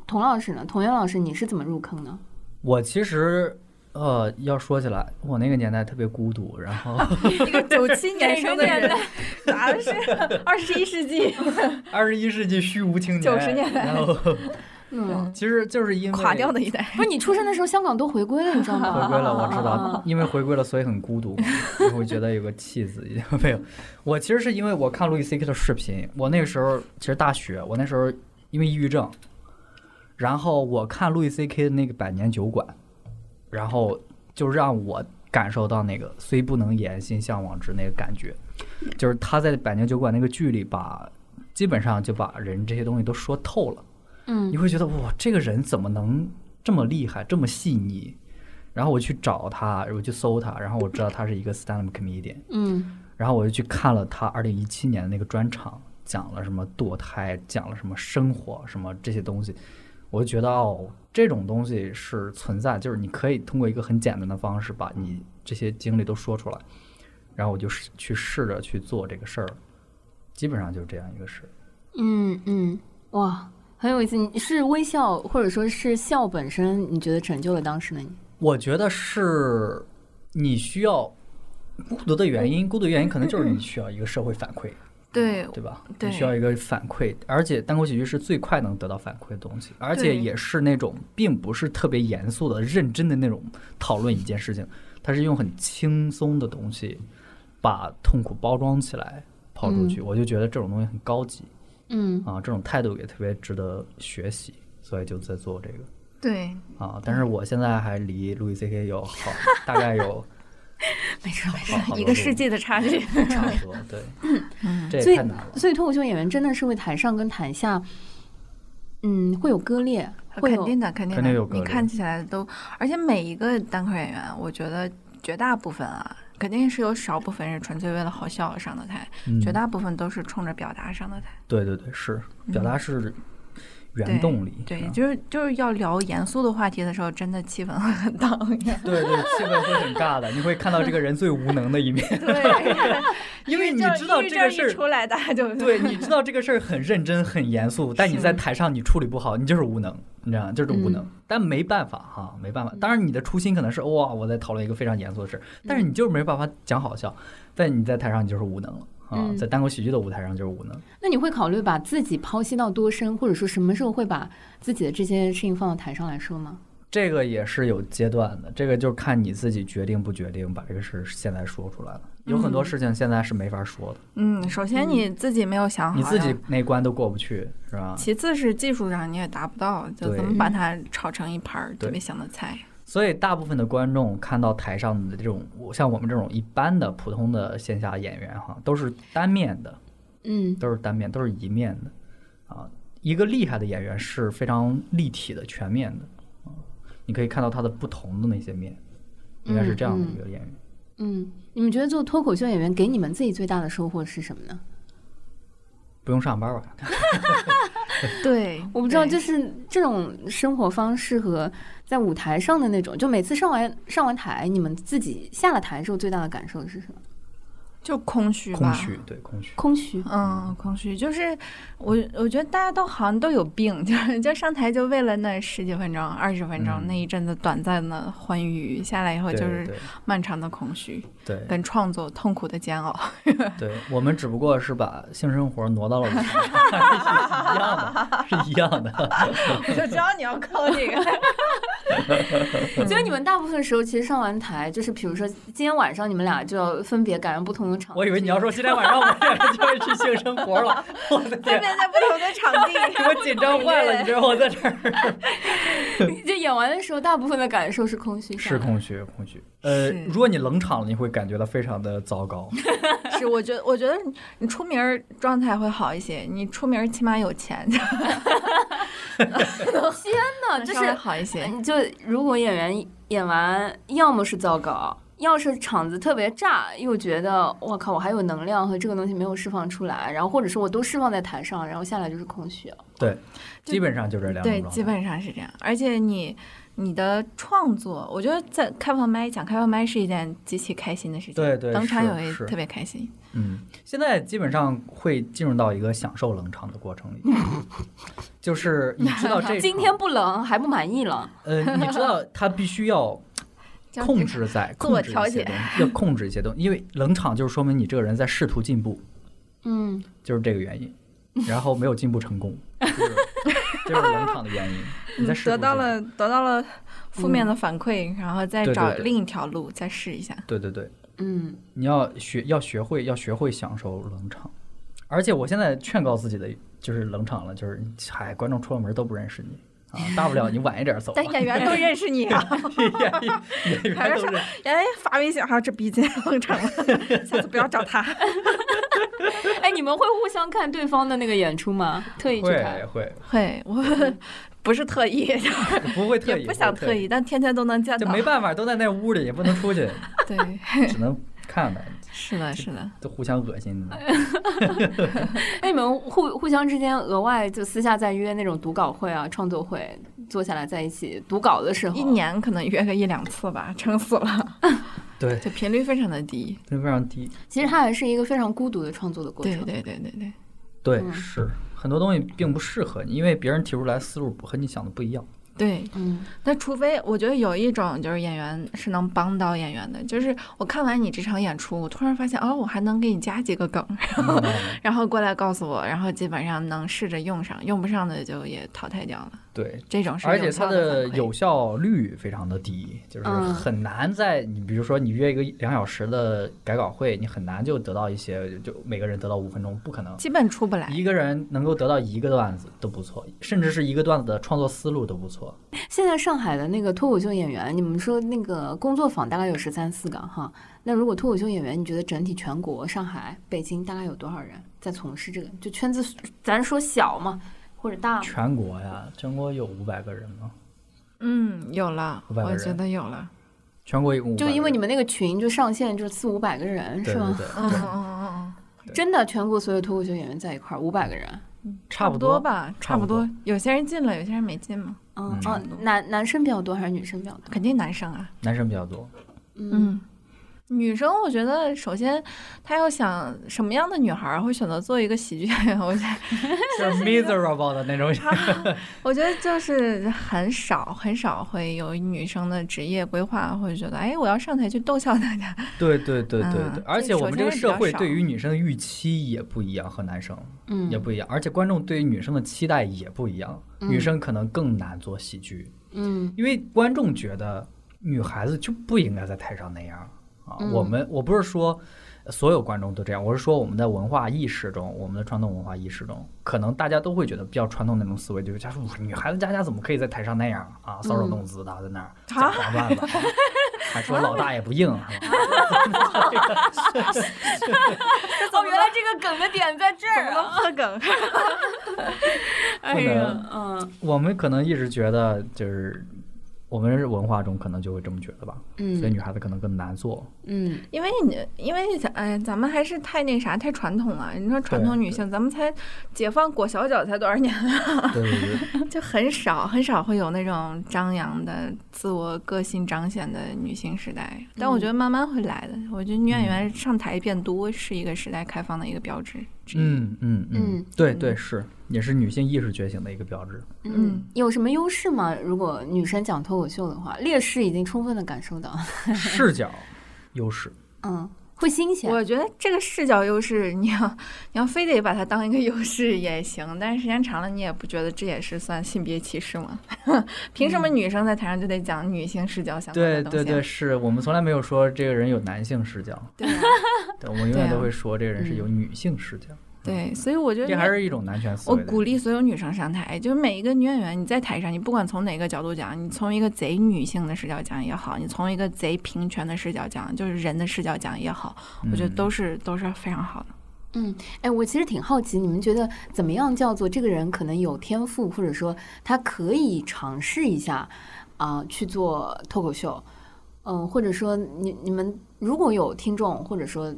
[SPEAKER 2] 童老师呢？童源老师，你是怎么入坑呢？
[SPEAKER 4] 我其实呃，要说起来，我那个年代特别孤独，然后
[SPEAKER 3] 一个嗯九七年生 的
[SPEAKER 2] 这
[SPEAKER 3] 人
[SPEAKER 2] 个，
[SPEAKER 3] 打 的是二十一世 纪，
[SPEAKER 4] 二十一世纪虚无青年，
[SPEAKER 3] 90年代
[SPEAKER 4] 然后
[SPEAKER 2] 嗯，
[SPEAKER 4] 其实就是因为
[SPEAKER 3] 垮掉的一代。
[SPEAKER 2] 不是你出生的时候，香港都回归了，你知道吗？
[SPEAKER 4] 回归了，我知
[SPEAKER 2] 啊
[SPEAKER 4] 道，因为回归了，所以很孤独，然后我觉得有个气质已经 没有。我其实是因为我看路易 C K 的视频，我那个时候其实大学，我那时候因为抑郁症，然后我看路易 C K 的那个《百年酒馆》，然后就让我感受到那个虽不能言，心向往之那个感觉，就是他在《百年酒馆》那个剧里把基本上就把人这些东西都说透了。
[SPEAKER 2] 嗯
[SPEAKER 4] 你会觉得哇，这个人怎么能这么厉害，这么细腻？然后我去找他，我去搜他，然后我知道他是一个 stand-up comedian，
[SPEAKER 2] 嗯
[SPEAKER 4] 然后我就去看了他二零一七年的那个专场，讲了什么堕胎，讲了什么生活，什么这些东西，我就觉得哦，这种东西是存在，就是你可以通过一个很简单的方式把你这些经历都说出来，然后我就试去试着去做这个事儿，基本上就是这样一个事儿。
[SPEAKER 2] 嗯嗯嗯，哇，很有意思。你是微笑，或者说是笑本身，你觉得拯救了当时的你？
[SPEAKER 3] 嗯
[SPEAKER 4] 我觉得是你需要孤独的原因，孤独原因可能就是你需要一个社会反馈，
[SPEAKER 3] 对
[SPEAKER 4] 对吧？
[SPEAKER 3] 对
[SPEAKER 4] 你需要一个反馈，而且单口喜剧是最快能得到反馈的东西，而且
[SPEAKER 3] 对
[SPEAKER 4] 也是那种并不是特别严肃的、认真的那种讨论一件事情，它是用很轻松的东西把痛苦包装起来抛出
[SPEAKER 3] 嗯
[SPEAKER 4] 去，我就觉得这种东西很高级
[SPEAKER 2] 嗯，
[SPEAKER 4] 啊，这种态度也特别值得学习，所以就在做这个。
[SPEAKER 3] 对，
[SPEAKER 4] 啊，但是我现在还离路易 C K 有好大概有
[SPEAKER 2] 没事没事。
[SPEAKER 4] 好好多
[SPEAKER 3] 一个
[SPEAKER 4] 路
[SPEAKER 3] 世嗯纪的差 距。
[SPEAKER 4] 差不多，对，这
[SPEAKER 2] 所
[SPEAKER 4] 也
[SPEAKER 2] 以
[SPEAKER 4] 太难了。
[SPEAKER 2] 所以脱口秀演员真的是会台上跟台下，嗯，会有割裂，会
[SPEAKER 3] 肯
[SPEAKER 2] 有
[SPEAKER 3] 定的，肯定的，
[SPEAKER 4] 肯定有
[SPEAKER 3] 你
[SPEAKER 4] 隔离
[SPEAKER 3] 看起来都，而且每一个单口演员，我觉得绝大部分啊，肯定是有少部分是纯粹为了好笑而上的台，
[SPEAKER 4] 嗯
[SPEAKER 3] 绝大部分都是冲着表达上的台。
[SPEAKER 4] 对对对，是表达是
[SPEAKER 3] 对
[SPEAKER 4] 原动力，
[SPEAKER 3] 对，
[SPEAKER 4] 嗯
[SPEAKER 3] 就是就是要聊严肃的话题的时候，真的气氛会很 荡漾。
[SPEAKER 4] 对对，气氛会很尬的，你会看到这个人最无能的一面，
[SPEAKER 3] 对，
[SPEAKER 4] 因为你
[SPEAKER 3] 就
[SPEAKER 4] 知道
[SPEAKER 3] 抑郁
[SPEAKER 4] 这
[SPEAKER 3] 症
[SPEAKER 4] 个
[SPEAKER 3] 一
[SPEAKER 4] 事
[SPEAKER 3] 出
[SPEAKER 4] 儿。
[SPEAKER 3] 来，大家就
[SPEAKER 4] 对，你知道这个事儿很认真、很严肃，但你在台上你处理不好，你就是无能，你知道吗？就是无能，但没办法哈、没办法。当然，你的初心可能是哇，我在讨论一个非常严肃的事儿，但是你就是没办法讲好笑，但你在台上你就是无能了啊，
[SPEAKER 2] 嗯
[SPEAKER 4] 在单口喜剧的舞台上就是无能。
[SPEAKER 2] 那你会考虑把自己剖析到多深，或者说什么时候会把自己的这些事情放到台上来说吗？
[SPEAKER 4] 这个也是有阶段的，这个就看你自己决定不决定把这个事儿现在说出来了。有很多事情现在是没法说的，
[SPEAKER 3] 嗯，首先你自己没有想好，
[SPEAKER 4] 你自己那关都过不去，是吧？
[SPEAKER 3] 其次是技术上你也达不到，就
[SPEAKER 4] 对
[SPEAKER 3] 怎么把它炒成一盘儿特
[SPEAKER 4] 对
[SPEAKER 3] 别香的 菜。
[SPEAKER 4] 所以大部分的观众看到台上的这种，我像我们这种一般的普通的线下演员哈，都是单面的，
[SPEAKER 2] 嗯
[SPEAKER 4] 都是单面，都是一面的，啊，一个厉害的演员是非常立体的、全面的，啊，你可以看到他的不同的那些面，应该是这样的一嗯个演员。
[SPEAKER 2] 嗯，你们觉得做脱口秀演员给你们自己最大的收获是什么呢？
[SPEAKER 4] 不用上班吧？
[SPEAKER 3] 对，
[SPEAKER 2] 我不知道，
[SPEAKER 3] 对
[SPEAKER 2] 就是这种生活方式和在舞台上的那种，就每次上完上完台，你们自己下了台之后最大的感受是什么？
[SPEAKER 3] 就空虚吧，
[SPEAKER 4] 空虚，对，空虚。
[SPEAKER 2] 空虚。
[SPEAKER 3] 嗯，空虚就是我，我觉得大家都好像都有病， 就是就上台就为了那十几分钟、二十分钟、
[SPEAKER 4] 嗯
[SPEAKER 3] 那一阵子短暂的欢愉，下来以后
[SPEAKER 4] 对
[SPEAKER 3] 就是
[SPEAKER 4] 对
[SPEAKER 3] 漫长的空虚
[SPEAKER 4] 对
[SPEAKER 3] 跟创作痛苦的煎 熬。
[SPEAKER 4] 对，我们只不过是把性生活挪到了舞 台上是一样的，是一样的。
[SPEAKER 3] 我就知道你要抠这个，
[SPEAKER 2] 所
[SPEAKER 3] 嗯
[SPEAKER 2] 以你们大部分时候其实上完台，就是比如说今天晚上你们俩就要分别赶上不同的场。
[SPEAKER 4] 我以为你要说今天晚上我们俩就要去性生活 了，我的
[SPEAKER 3] 分
[SPEAKER 4] 天
[SPEAKER 3] 别，在不同的场
[SPEAKER 4] 给
[SPEAKER 3] 地。
[SPEAKER 4] 我紧张坏了，你知道我在这儿
[SPEAKER 2] 就演完的时候，大部分的感受是空虚。
[SPEAKER 4] 是。空虚，空虚。呃，
[SPEAKER 3] 是
[SPEAKER 4] 如果你冷场了，你会感觉到非常的糟糕。
[SPEAKER 3] 是，我觉得，我觉得你你出名儿状态会好一些，你出名儿起码有钱，
[SPEAKER 2] 天哪，就
[SPEAKER 3] 稍微
[SPEAKER 2] 是
[SPEAKER 3] 好一些。
[SPEAKER 2] 就如果演员演完，要么是糟糕，要是场子特别炸，又觉得我靠，我还有能量和这个东西没有释放出来，然后或者是我都释放在台上，然后下来就是空虚了。
[SPEAKER 4] 对，
[SPEAKER 3] 就
[SPEAKER 4] 基本上就这两种
[SPEAKER 3] 对，
[SPEAKER 4] 状态
[SPEAKER 3] 基本上是这样。而且你你的创作，我觉得在开放麦讲开放麦是一件极其开心的事情。
[SPEAKER 4] 对对
[SPEAKER 3] 冷场
[SPEAKER 4] 是
[SPEAKER 3] 也会
[SPEAKER 4] 是
[SPEAKER 3] 特别开心。
[SPEAKER 4] 嗯，现在基本上会进入到一个享受冷场的过 程里，就是你 知道这
[SPEAKER 2] 今
[SPEAKER 4] 场
[SPEAKER 2] 天不冷还不满意了，
[SPEAKER 4] 呃，你知道他必须要
[SPEAKER 3] 叫
[SPEAKER 4] 控制在
[SPEAKER 3] 自我
[SPEAKER 4] 控制
[SPEAKER 3] 调
[SPEAKER 4] 一些
[SPEAKER 3] 节
[SPEAKER 4] 东西，要控制一些东西，因为冷场就是说明你这个人在试图进步，
[SPEAKER 2] 嗯，
[SPEAKER 4] 就是这个原因，然后没有进步成功，就是就是冷场的原因。你在试图
[SPEAKER 3] 嗯得到
[SPEAKER 4] 进步
[SPEAKER 3] 了得到了负面的反馈，然后再
[SPEAKER 4] 对对
[SPEAKER 3] 找
[SPEAKER 4] 对
[SPEAKER 3] 另一条路再试一下。
[SPEAKER 4] 对对对，
[SPEAKER 2] 嗯，
[SPEAKER 4] 你要学要学会要学会享受冷场，而且我现在劝告自己的就是冷场了，就是嗨，观众出了门都不认识你。啊，大不了你晚一点走啊，
[SPEAKER 3] 但演员哎都认识你啊，
[SPEAKER 4] 演员都认识
[SPEAKER 3] 哎，发微信哈，这逼真冷场了， 下次不要找他。
[SPEAKER 2] 哎，你们会互相看对方的那个演出吗？特意去看
[SPEAKER 4] 会？会
[SPEAKER 3] 会，我 不是特意，
[SPEAKER 4] 不会特
[SPEAKER 3] 也
[SPEAKER 4] 意
[SPEAKER 3] 不想
[SPEAKER 4] 会
[SPEAKER 3] 特意，但天天都能见
[SPEAKER 4] 就
[SPEAKER 3] 到
[SPEAKER 4] 没。办法，都在那屋里，也不能出 去，
[SPEAKER 3] 对，
[SPEAKER 4] 只能看呗，
[SPEAKER 3] 是的，是的，
[SPEAKER 4] 都互相恶心的。
[SPEAKER 2] 那哎你们互互相之间额外就私下再约那种读稿会啊、创作会，坐下来在一起读稿的时候，
[SPEAKER 3] 一年可能约个一两次吧，撑死了，
[SPEAKER 4] 对，
[SPEAKER 3] 就频率非常的低。
[SPEAKER 4] 都非常低。
[SPEAKER 2] 其实它还是一个非常孤独的创作的过程
[SPEAKER 3] 嗯对。对对对对，
[SPEAKER 4] 对，
[SPEAKER 2] 嗯
[SPEAKER 4] 是很多东西并不适合你，因为别人提出来思路和你想的不一样。
[SPEAKER 3] 对，
[SPEAKER 2] 嗯
[SPEAKER 3] 但除非我觉得有一种就是演员是能帮到演员的，就是我看完你这场演出，我突然发现哦，我还能给你加几个梗，然后、 然后过来告诉我，然后基本上能试着用上，用不上的就也淘汰掉了。
[SPEAKER 4] 对，
[SPEAKER 3] 这种是
[SPEAKER 4] 而
[SPEAKER 3] 有
[SPEAKER 4] 且
[SPEAKER 3] 效
[SPEAKER 4] 它
[SPEAKER 3] 的
[SPEAKER 4] 的
[SPEAKER 3] 反馈
[SPEAKER 4] 有效率非常的低，就是
[SPEAKER 2] 嗯
[SPEAKER 4] 很难在你比如说你约一个两小时的改稿会，你很难就得到一些，就每个人得到五分钟，不可能。
[SPEAKER 3] 基本出不来。
[SPEAKER 4] 一个人能够得到一个段子都不错，甚至是一个段子的创作思路都不错。
[SPEAKER 2] 现在上海的那个脱口秀演员，你们说那个工作坊大概有十三四个哈，那如果脱口秀演员，你觉得整体全国上海、北京大概有多少人在从事这个？就圈子，咱说小嘛，或者大嘛？
[SPEAKER 4] 全国呀，全国有五百个人吗？
[SPEAKER 3] 嗯，有了，
[SPEAKER 4] 500个
[SPEAKER 3] 我
[SPEAKER 4] 人
[SPEAKER 3] 觉得有了。
[SPEAKER 4] 全国一共500
[SPEAKER 2] 就
[SPEAKER 4] 个
[SPEAKER 2] 因为
[SPEAKER 4] 人
[SPEAKER 2] 你们那个群就上限就是四五百个人
[SPEAKER 4] 对
[SPEAKER 2] 是
[SPEAKER 4] 对
[SPEAKER 2] 吗？
[SPEAKER 4] 对，
[SPEAKER 3] 嗯嗯嗯嗯
[SPEAKER 4] 对
[SPEAKER 2] 真的，全国所有脱口秀演员在一块儿五百个人。
[SPEAKER 3] 嗯，
[SPEAKER 4] 差
[SPEAKER 3] 不
[SPEAKER 4] 不
[SPEAKER 3] 多
[SPEAKER 4] 多
[SPEAKER 3] 吧，
[SPEAKER 4] 差
[SPEAKER 3] 不
[SPEAKER 4] 不
[SPEAKER 3] 多。有些人进了，有些人没进嘛，
[SPEAKER 2] 嗯
[SPEAKER 4] 嗯
[SPEAKER 2] 哦，男男生比较多还是女生比较多？
[SPEAKER 3] 肯定男生啊。
[SPEAKER 4] 男生比较多。
[SPEAKER 2] 嗯，
[SPEAKER 3] 嗯，女生我觉得首先她要想什么样的女孩儿会选择做一个喜剧演员，我觉得
[SPEAKER 4] 就是啊 miserable 的那种。
[SPEAKER 3] 我觉得就是很少很少会有女生的职业规划，会觉得哎，我要上台去逗笑 大家。
[SPEAKER 4] 对对对对
[SPEAKER 3] 嗯
[SPEAKER 4] 对，而且
[SPEAKER 3] 这
[SPEAKER 4] 我们这个
[SPEAKER 3] 首先
[SPEAKER 4] 社
[SPEAKER 3] 是比较
[SPEAKER 4] 会
[SPEAKER 3] 少
[SPEAKER 4] 对于女生的预期也不一样，和男生
[SPEAKER 2] 嗯
[SPEAKER 4] 也不一样，而且观众对于女生的期待也不一样。
[SPEAKER 2] 嗯
[SPEAKER 4] 女生可能更难做喜剧，
[SPEAKER 2] 嗯
[SPEAKER 4] 因为观众觉得女孩子就不应该在台上那样啊。
[SPEAKER 2] 嗯
[SPEAKER 4] 我们我不是说所有观众都这样，我是说我们的文化意识中，我们的传统文化意识中，可能大家都会觉得比较传统那种思维，就是家说女孩子家家怎么可以在台上那样啊，
[SPEAKER 2] 嗯
[SPEAKER 4] 搔首弄姿的在那
[SPEAKER 2] 啊
[SPEAKER 4] 儿讲黄段子，啊还说老大也不硬，啊是吧？嗯
[SPEAKER 2] 哦，原来这个梗的点在这 儿啊！
[SPEAKER 3] 破梗，
[SPEAKER 2] 哎呀，嗯
[SPEAKER 4] 我们可能一直觉得就是。我们文化中可能就会这么觉得吧，所以
[SPEAKER 2] 嗯
[SPEAKER 4] 女孩子可能更难 做。
[SPEAKER 2] 嗯
[SPEAKER 3] 因为你因为咱哎，咱们还是太那啥，太传统了。你说传统
[SPEAKER 4] 对
[SPEAKER 3] 女性，咱们才解放裹小脚才多少年啊，
[SPEAKER 4] 对对对，
[SPEAKER 3] 就很少很少会有那种张扬的自我个性彰显的女性时代。但
[SPEAKER 4] 嗯
[SPEAKER 3] 我觉得慢慢会来的。我觉得女演员上台变多是一个时代开放的一个标志之一。
[SPEAKER 4] 嗯嗯
[SPEAKER 2] 嗯
[SPEAKER 4] 嗯，对对是，也是女性意识觉醒的一个标 志。
[SPEAKER 2] 嗯，有什么优势吗？如果女生讲脱口秀的话，劣势已经充分的感受到，
[SPEAKER 4] 视角优 势，
[SPEAKER 2] 嗯，会新鲜。
[SPEAKER 3] 我觉得这个视角优势，你要你要非得把它当一个优势也行，但是时间长了，你也不觉得这也是算性别歧视吗？ 凭什么
[SPEAKER 4] 嗯
[SPEAKER 3] 女生在台上就得讲女性视角相关
[SPEAKER 4] 对
[SPEAKER 3] 的东西
[SPEAKER 4] 对
[SPEAKER 3] 啊？
[SPEAKER 4] 对，是我们从来没有说这个人有男性视角，
[SPEAKER 3] 对啊
[SPEAKER 4] 对我们永
[SPEAKER 3] 对
[SPEAKER 4] 远
[SPEAKER 3] 啊
[SPEAKER 4] 都会说这个人是有女性视角，
[SPEAKER 3] 对，所以我觉得
[SPEAKER 4] 这还是一种男权思
[SPEAKER 3] 我
[SPEAKER 4] 维的。
[SPEAKER 3] 鼓励所有女生上台，就是每一个女演员，你在台上，你不管从哪个角度讲，你从一个贼女性的视角讲也好，你从一个贼平权的视角讲，就是人的视角讲也好，我
[SPEAKER 4] 嗯
[SPEAKER 3] 觉得都是都是非常好的。
[SPEAKER 2] 嗯，哎，我其实挺好奇，你们觉得怎么样叫做这个人可能有天赋，或者说他可以尝试一下啊、去做脱口秀？嗯，或者说你你们如果有听众，或者说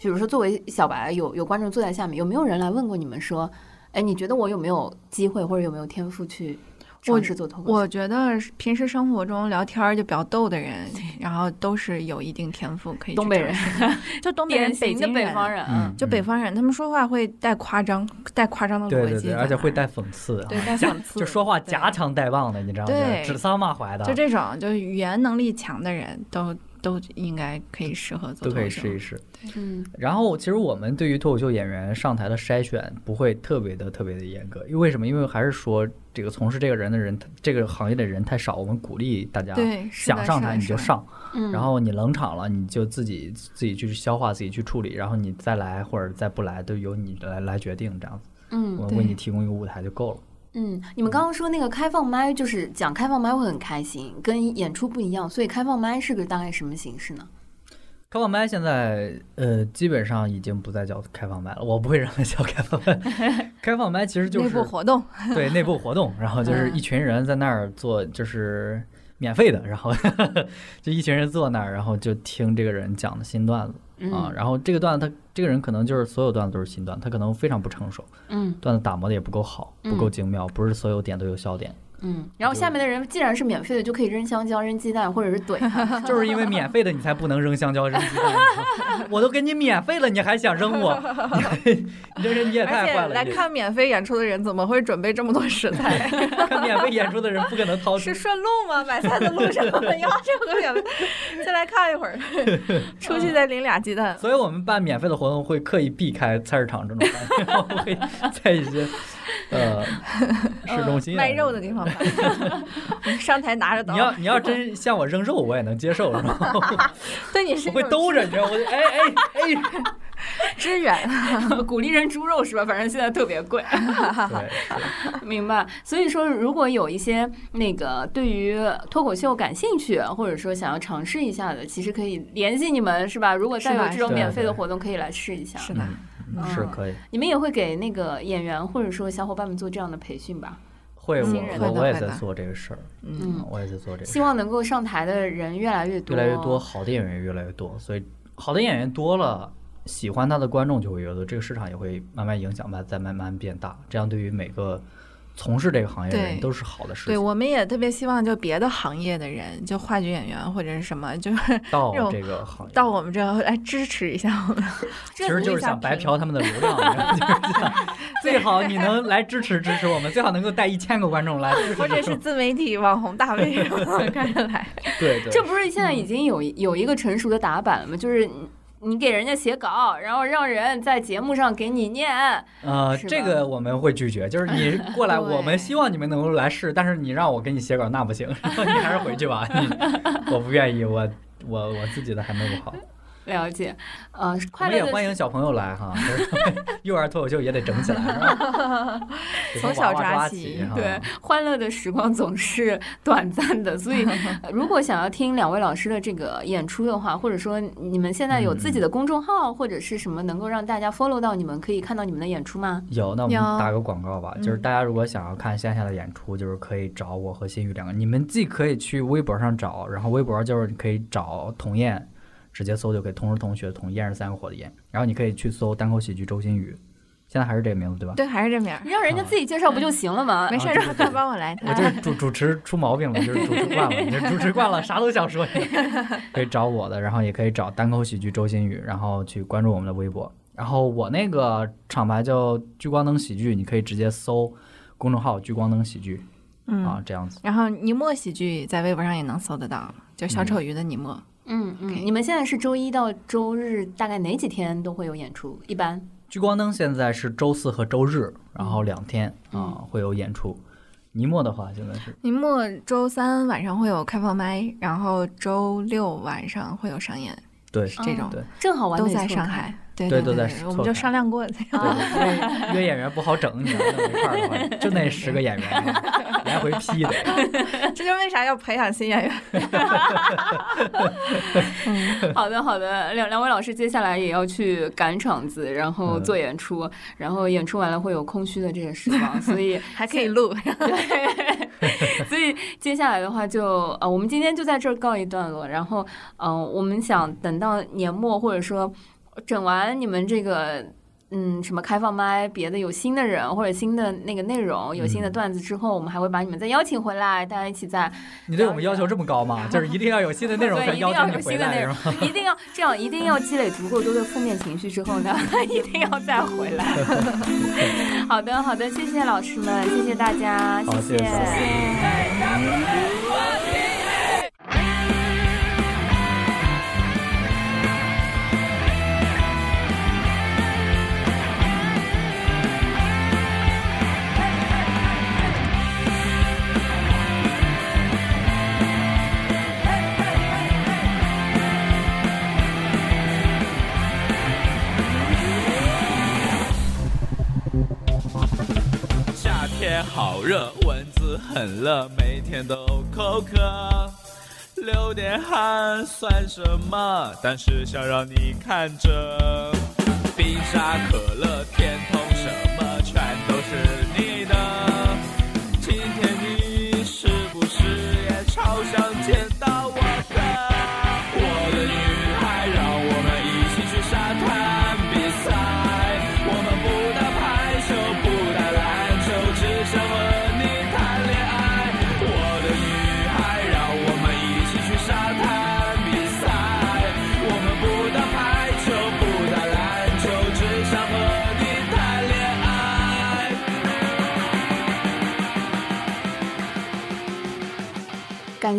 [SPEAKER 2] 比如说作为小白有有观众坐在下面，有没有人来问过你们说，哎，你觉得我有没有机会或者有没有天赋去尝试做脱口秀？
[SPEAKER 3] 我觉得平时生活中聊天儿就比较逗的人，然后都是有一定天赋可以去
[SPEAKER 2] 东北人
[SPEAKER 3] 尝， 试，就东北人、
[SPEAKER 2] 典型的
[SPEAKER 3] 京
[SPEAKER 2] 北方
[SPEAKER 3] 人，
[SPEAKER 2] 人，
[SPEAKER 4] 嗯，
[SPEAKER 3] 就北方人，他们说话会带夸张、带夸张的
[SPEAKER 4] 对
[SPEAKER 3] 逻
[SPEAKER 4] 对
[SPEAKER 3] 辑
[SPEAKER 4] 对，
[SPEAKER 3] 在那儿，
[SPEAKER 4] 而且会带讽刺啊，
[SPEAKER 3] 对 带讽刺，
[SPEAKER 4] 就说话
[SPEAKER 3] 对
[SPEAKER 4] 夹长带棒的，你知道吗？
[SPEAKER 3] 对
[SPEAKER 4] 指桑骂槐的，
[SPEAKER 3] 就这种，就是语言能力强的人都都应该可以适合做
[SPEAKER 4] 都可以
[SPEAKER 3] 脱口秀
[SPEAKER 4] 试一试。
[SPEAKER 2] 嗯
[SPEAKER 4] 然后，其实我们对于脱口秀演员上台的筛选不会特别的特别的严格，因为为什么？因为还是说这个从事这个人的人，这个行业的人太少，我们鼓励大家
[SPEAKER 3] 对，是的
[SPEAKER 4] 啊想上
[SPEAKER 3] 是的
[SPEAKER 4] 台你
[SPEAKER 3] 是
[SPEAKER 4] 就
[SPEAKER 3] 的
[SPEAKER 4] 上，
[SPEAKER 2] 嗯，
[SPEAKER 4] 然后你冷场了你就自己自己去消化，自己去处理，然后你再来或者再不来都由你来来决定，这样子，
[SPEAKER 2] 嗯
[SPEAKER 4] 我
[SPEAKER 3] 对
[SPEAKER 4] 们为你提供一个舞台就够了。
[SPEAKER 2] 嗯，你们刚刚说那个开放麦，就是讲开放麦会很开心，跟演出不一样，所以开放麦是个大概什么形式呢？
[SPEAKER 4] 开放麦现在呃基本上已经不再叫开放麦了，我不会让它叫开放麦。 开放麦其实就
[SPEAKER 3] 内
[SPEAKER 4] 是
[SPEAKER 3] 部活动，
[SPEAKER 4] 对内部活动，然后就是
[SPEAKER 3] 嗯
[SPEAKER 4] 一群人在那儿做，就是免费的，然后 就一群人坐那儿，然后就听这个人讲的新段子
[SPEAKER 2] 嗯
[SPEAKER 4] 啊。然后这个段子他这个人可能就是所有段子都是新段，他可能非常不成熟，
[SPEAKER 2] 嗯
[SPEAKER 4] 段子打磨的也不够好，
[SPEAKER 2] 嗯
[SPEAKER 4] 不够精妙，不是所有点都有笑点。
[SPEAKER 2] 嗯，然后下面的人既然是免费的，就可以扔香蕉、扔鸡蛋，或者是怼他。
[SPEAKER 4] 就是因为免费的你才不能扔香蕉、扔鸡蛋， 我都给你免费了，你还想扔我？ 你这 人你也
[SPEAKER 3] 而
[SPEAKER 4] 太
[SPEAKER 3] 且
[SPEAKER 4] 坏了！
[SPEAKER 3] 来
[SPEAKER 4] 你这
[SPEAKER 3] 看免费演出的人怎么会准备这么多食 材？
[SPEAKER 4] 看免费演出的人不可能掏出
[SPEAKER 3] 是。顺路吗？买菜的路上要这么多 免费，先来看一会儿，出去再领俩鸡蛋。
[SPEAKER 4] 所以我们办免费的活动会刻意避开菜市场这种地方，然后会在一 些呃市中心啊
[SPEAKER 3] 嗯卖肉的地方吧， 上台拿着刀。
[SPEAKER 4] 你要你要真向我扔肉，我也能接受， 然后
[SPEAKER 3] 对你是
[SPEAKER 4] 我会
[SPEAKER 3] 一种
[SPEAKER 4] 兜着，你知道吗，我就哎哎
[SPEAKER 3] 支援，
[SPEAKER 4] 嗯
[SPEAKER 2] 鼓励扔猪肉是吧？反正现在特别贵。
[SPEAKER 4] 哎，对，
[SPEAKER 2] 明白。所以说，如果有一些那个对于脱口秀感兴趣，或者说想要尝试一下的，其实可以联系你们，是吧？如果再
[SPEAKER 3] 是
[SPEAKER 2] 有
[SPEAKER 3] 的
[SPEAKER 2] 这种
[SPEAKER 4] 是的
[SPEAKER 2] 免费的
[SPEAKER 4] 对
[SPEAKER 2] 活动，可以来试一下。
[SPEAKER 3] 是的，
[SPEAKER 4] 嗯是可以，
[SPEAKER 2] 你们也会给那个演员或者说小伙伴们做这样的培训吧？
[SPEAKER 4] 会
[SPEAKER 2] 新人
[SPEAKER 4] 我我
[SPEAKER 3] 会的
[SPEAKER 4] 我也
[SPEAKER 3] 会
[SPEAKER 4] 在
[SPEAKER 3] 的
[SPEAKER 4] 做这个事儿，
[SPEAKER 3] 嗯，
[SPEAKER 2] 嗯，
[SPEAKER 4] 我也在做这个事
[SPEAKER 2] 希
[SPEAKER 4] 儿，
[SPEAKER 2] 望能够上台的人越来越多，
[SPEAKER 4] 越来越多，。好的演员越来越多，所以好的演员多了。喜欢他的观众就会越多，这个市场也会慢慢影响吧，再慢慢变大。这样对于每个从事这个行业的人
[SPEAKER 3] 对
[SPEAKER 4] 都是好的事
[SPEAKER 3] 对，
[SPEAKER 4] 情。
[SPEAKER 3] 我们也特别希望就别的行业的人，就话剧演员或者是什么，就是
[SPEAKER 4] 到
[SPEAKER 3] 这种
[SPEAKER 4] 这个行业，
[SPEAKER 3] 到我们这儿来支持一下 我们。
[SPEAKER 4] 其实就是想白嫖他们的流量，然后就是 这样。最好你能来支持支持我们，最好能够带一千个观众来支持支持我
[SPEAKER 3] 或
[SPEAKER 4] 们，
[SPEAKER 3] 者是自媒体网红大 V 什么的看着来，
[SPEAKER 4] 对对，
[SPEAKER 2] 这不是现在已经有有一个成熟的打板了吗？就是你你给人家写稿，然后让人在节目上给你念，
[SPEAKER 4] 呃，
[SPEAKER 2] 是
[SPEAKER 4] 这
[SPEAKER 2] 吧
[SPEAKER 4] 个我们会拒绝，就是 你过来，
[SPEAKER 3] 对
[SPEAKER 4] 我们希望你们能够来试，但是你让我给你写稿，那不行，然后你还是回去 吧，你我不愿意，我我我自己的还弄不好。
[SPEAKER 2] 了解，呃，
[SPEAKER 4] 我
[SPEAKER 2] 快
[SPEAKER 4] 们也
[SPEAKER 2] 乐的
[SPEAKER 4] 欢迎小朋友来哈，就是 幼儿脱口秀也得整起来，是吧 给他
[SPEAKER 3] 从
[SPEAKER 4] 娃娃
[SPEAKER 3] 小抓
[SPEAKER 4] 抓
[SPEAKER 3] 起
[SPEAKER 4] 起哈
[SPEAKER 2] 对，欢乐的时光总是短暂的， 所以呃如果想要听两位老师的这个演出的话，或者说你们现在有自己的公众号或者是什么能够让大家 follow 到你们，可以看到你们的演出吗？
[SPEAKER 4] 有，那我们
[SPEAKER 3] 有
[SPEAKER 4] 打个广告吧，就是大家如果想要看线下的演出，就是可以找我和新宇两个。你们既可以去微博上找，然后微博就是你可以找童燕，直接搜就可以，同时同学同燕是三个火的燕，然后你可以去搜单口喜剧周新宇，现在还是这个名字对吧？
[SPEAKER 3] 对，还是这名儿。
[SPEAKER 4] 嗯
[SPEAKER 2] 让人家自己介绍不就行了吗？
[SPEAKER 3] 没事儿，
[SPEAKER 4] 啊对对
[SPEAKER 3] 让他帮我来。
[SPEAKER 4] 我
[SPEAKER 3] 他
[SPEAKER 4] 就是主主持出毛病了，就是主持惯了，就是主持惯了，啥都想说。 可以找我的，然后也可以找单口喜剧周新宇，然后去关注我们的微博。然后我那个厂牌叫聚光灯喜剧，你可以直接搜公众号“聚光灯喜剧”啊
[SPEAKER 3] 嗯，，
[SPEAKER 4] 这样子。
[SPEAKER 3] 然后尼莫喜剧在微博上也能搜得到，就小丑鱼的尼莫。
[SPEAKER 2] 嗯嗯
[SPEAKER 3] OK
[SPEAKER 2] 你们现在是周一到周日，大概哪几天都会有演出？一般
[SPEAKER 4] 聚光灯现在是周四和周日，然后两天啊会有演出。尼莫的话现在是
[SPEAKER 3] 尼莫周三晚上会有开放麦，然后周六晚上会有商演，
[SPEAKER 4] 对
[SPEAKER 3] 是这种
[SPEAKER 4] 对
[SPEAKER 2] 正好玩
[SPEAKER 3] 都
[SPEAKER 2] 得
[SPEAKER 3] 在
[SPEAKER 2] 错
[SPEAKER 3] 上
[SPEAKER 2] 开
[SPEAKER 3] 海。对
[SPEAKER 4] 对
[SPEAKER 3] 对
[SPEAKER 4] 都在
[SPEAKER 3] 我
[SPEAKER 4] 错
[SPEAKER 3] 们
[SPEAKER 4] 开
[SPEAKER 3] 就商 量过的。
[SPEAKER 4] 对，
[SPEAKER 2] 啊
[SPEAKER 4] 因为约演员不好整，你知道吗？一块儿的话，就那十个演 员来回批的。
[SPEAKER 3] 这就为啥要培养新演员。
[SPEAKER 2] 好的，好的，两两位老师接下来也要去赶场子，然后
[SPEAKER 4] 嗯
[SPEAKER 2] 做演出，然后演出完了会有空虚的这个时 光，所以
[SPEAKER 3] 还可以录，
[SPEAKER 2] 对， 所以接下来的话就呃，我们今天就在这儿告一段落，然后嗯、呃我们想等到年末或者说整完你们这个。嗯，什么开放麦，别的有新的人或者新的那个内容，有新的
[SPEAKER 4] 嗯
[SPEAKER 2] 段子之后，我们还会把你们再邀请回来，大家一起再
[SPEAKER 4] 你对我们要求这么高吗？就是一定要有新的 内容
[SPEAKER 2] 对，
[SPEAKER 4] 才
[SPEAKER 2] 一定
[SPEAKER 4] 邀
[SPEAKER 2] 要
[SPEAKER 4] 请
[SPEAKER 2] 有
[SPEAKER 4] 你回
[SPEAKER 2] 新的内
[SPEAKER 4] 来，是
[SPEAKER 2] 容
[SPEAKER 4] 吗？，
[SPEAKER 2] 一定要这样，一定要积累足够多的负面情绪之后呢， 一定要再回来。 好的，好的，谢谢老师们，谢谢大家，
[SPEAKER 4] 好
[SPEAKER 2] 谢
[SPEAKER 4] 谢谢谢
[SPEAKER 5] 夏天好热，蚊子很热，每天都口渴，流点汗算什么？但是想让你看着，冰沙、可乐、甜筒什么全都是你的。今天你是不是也超想见到我的？我的女孩，让我们一起去沙滩比赛，我们不打排球，不打篮球，只想和你谈恋爱。
[SPEAKER 2] 感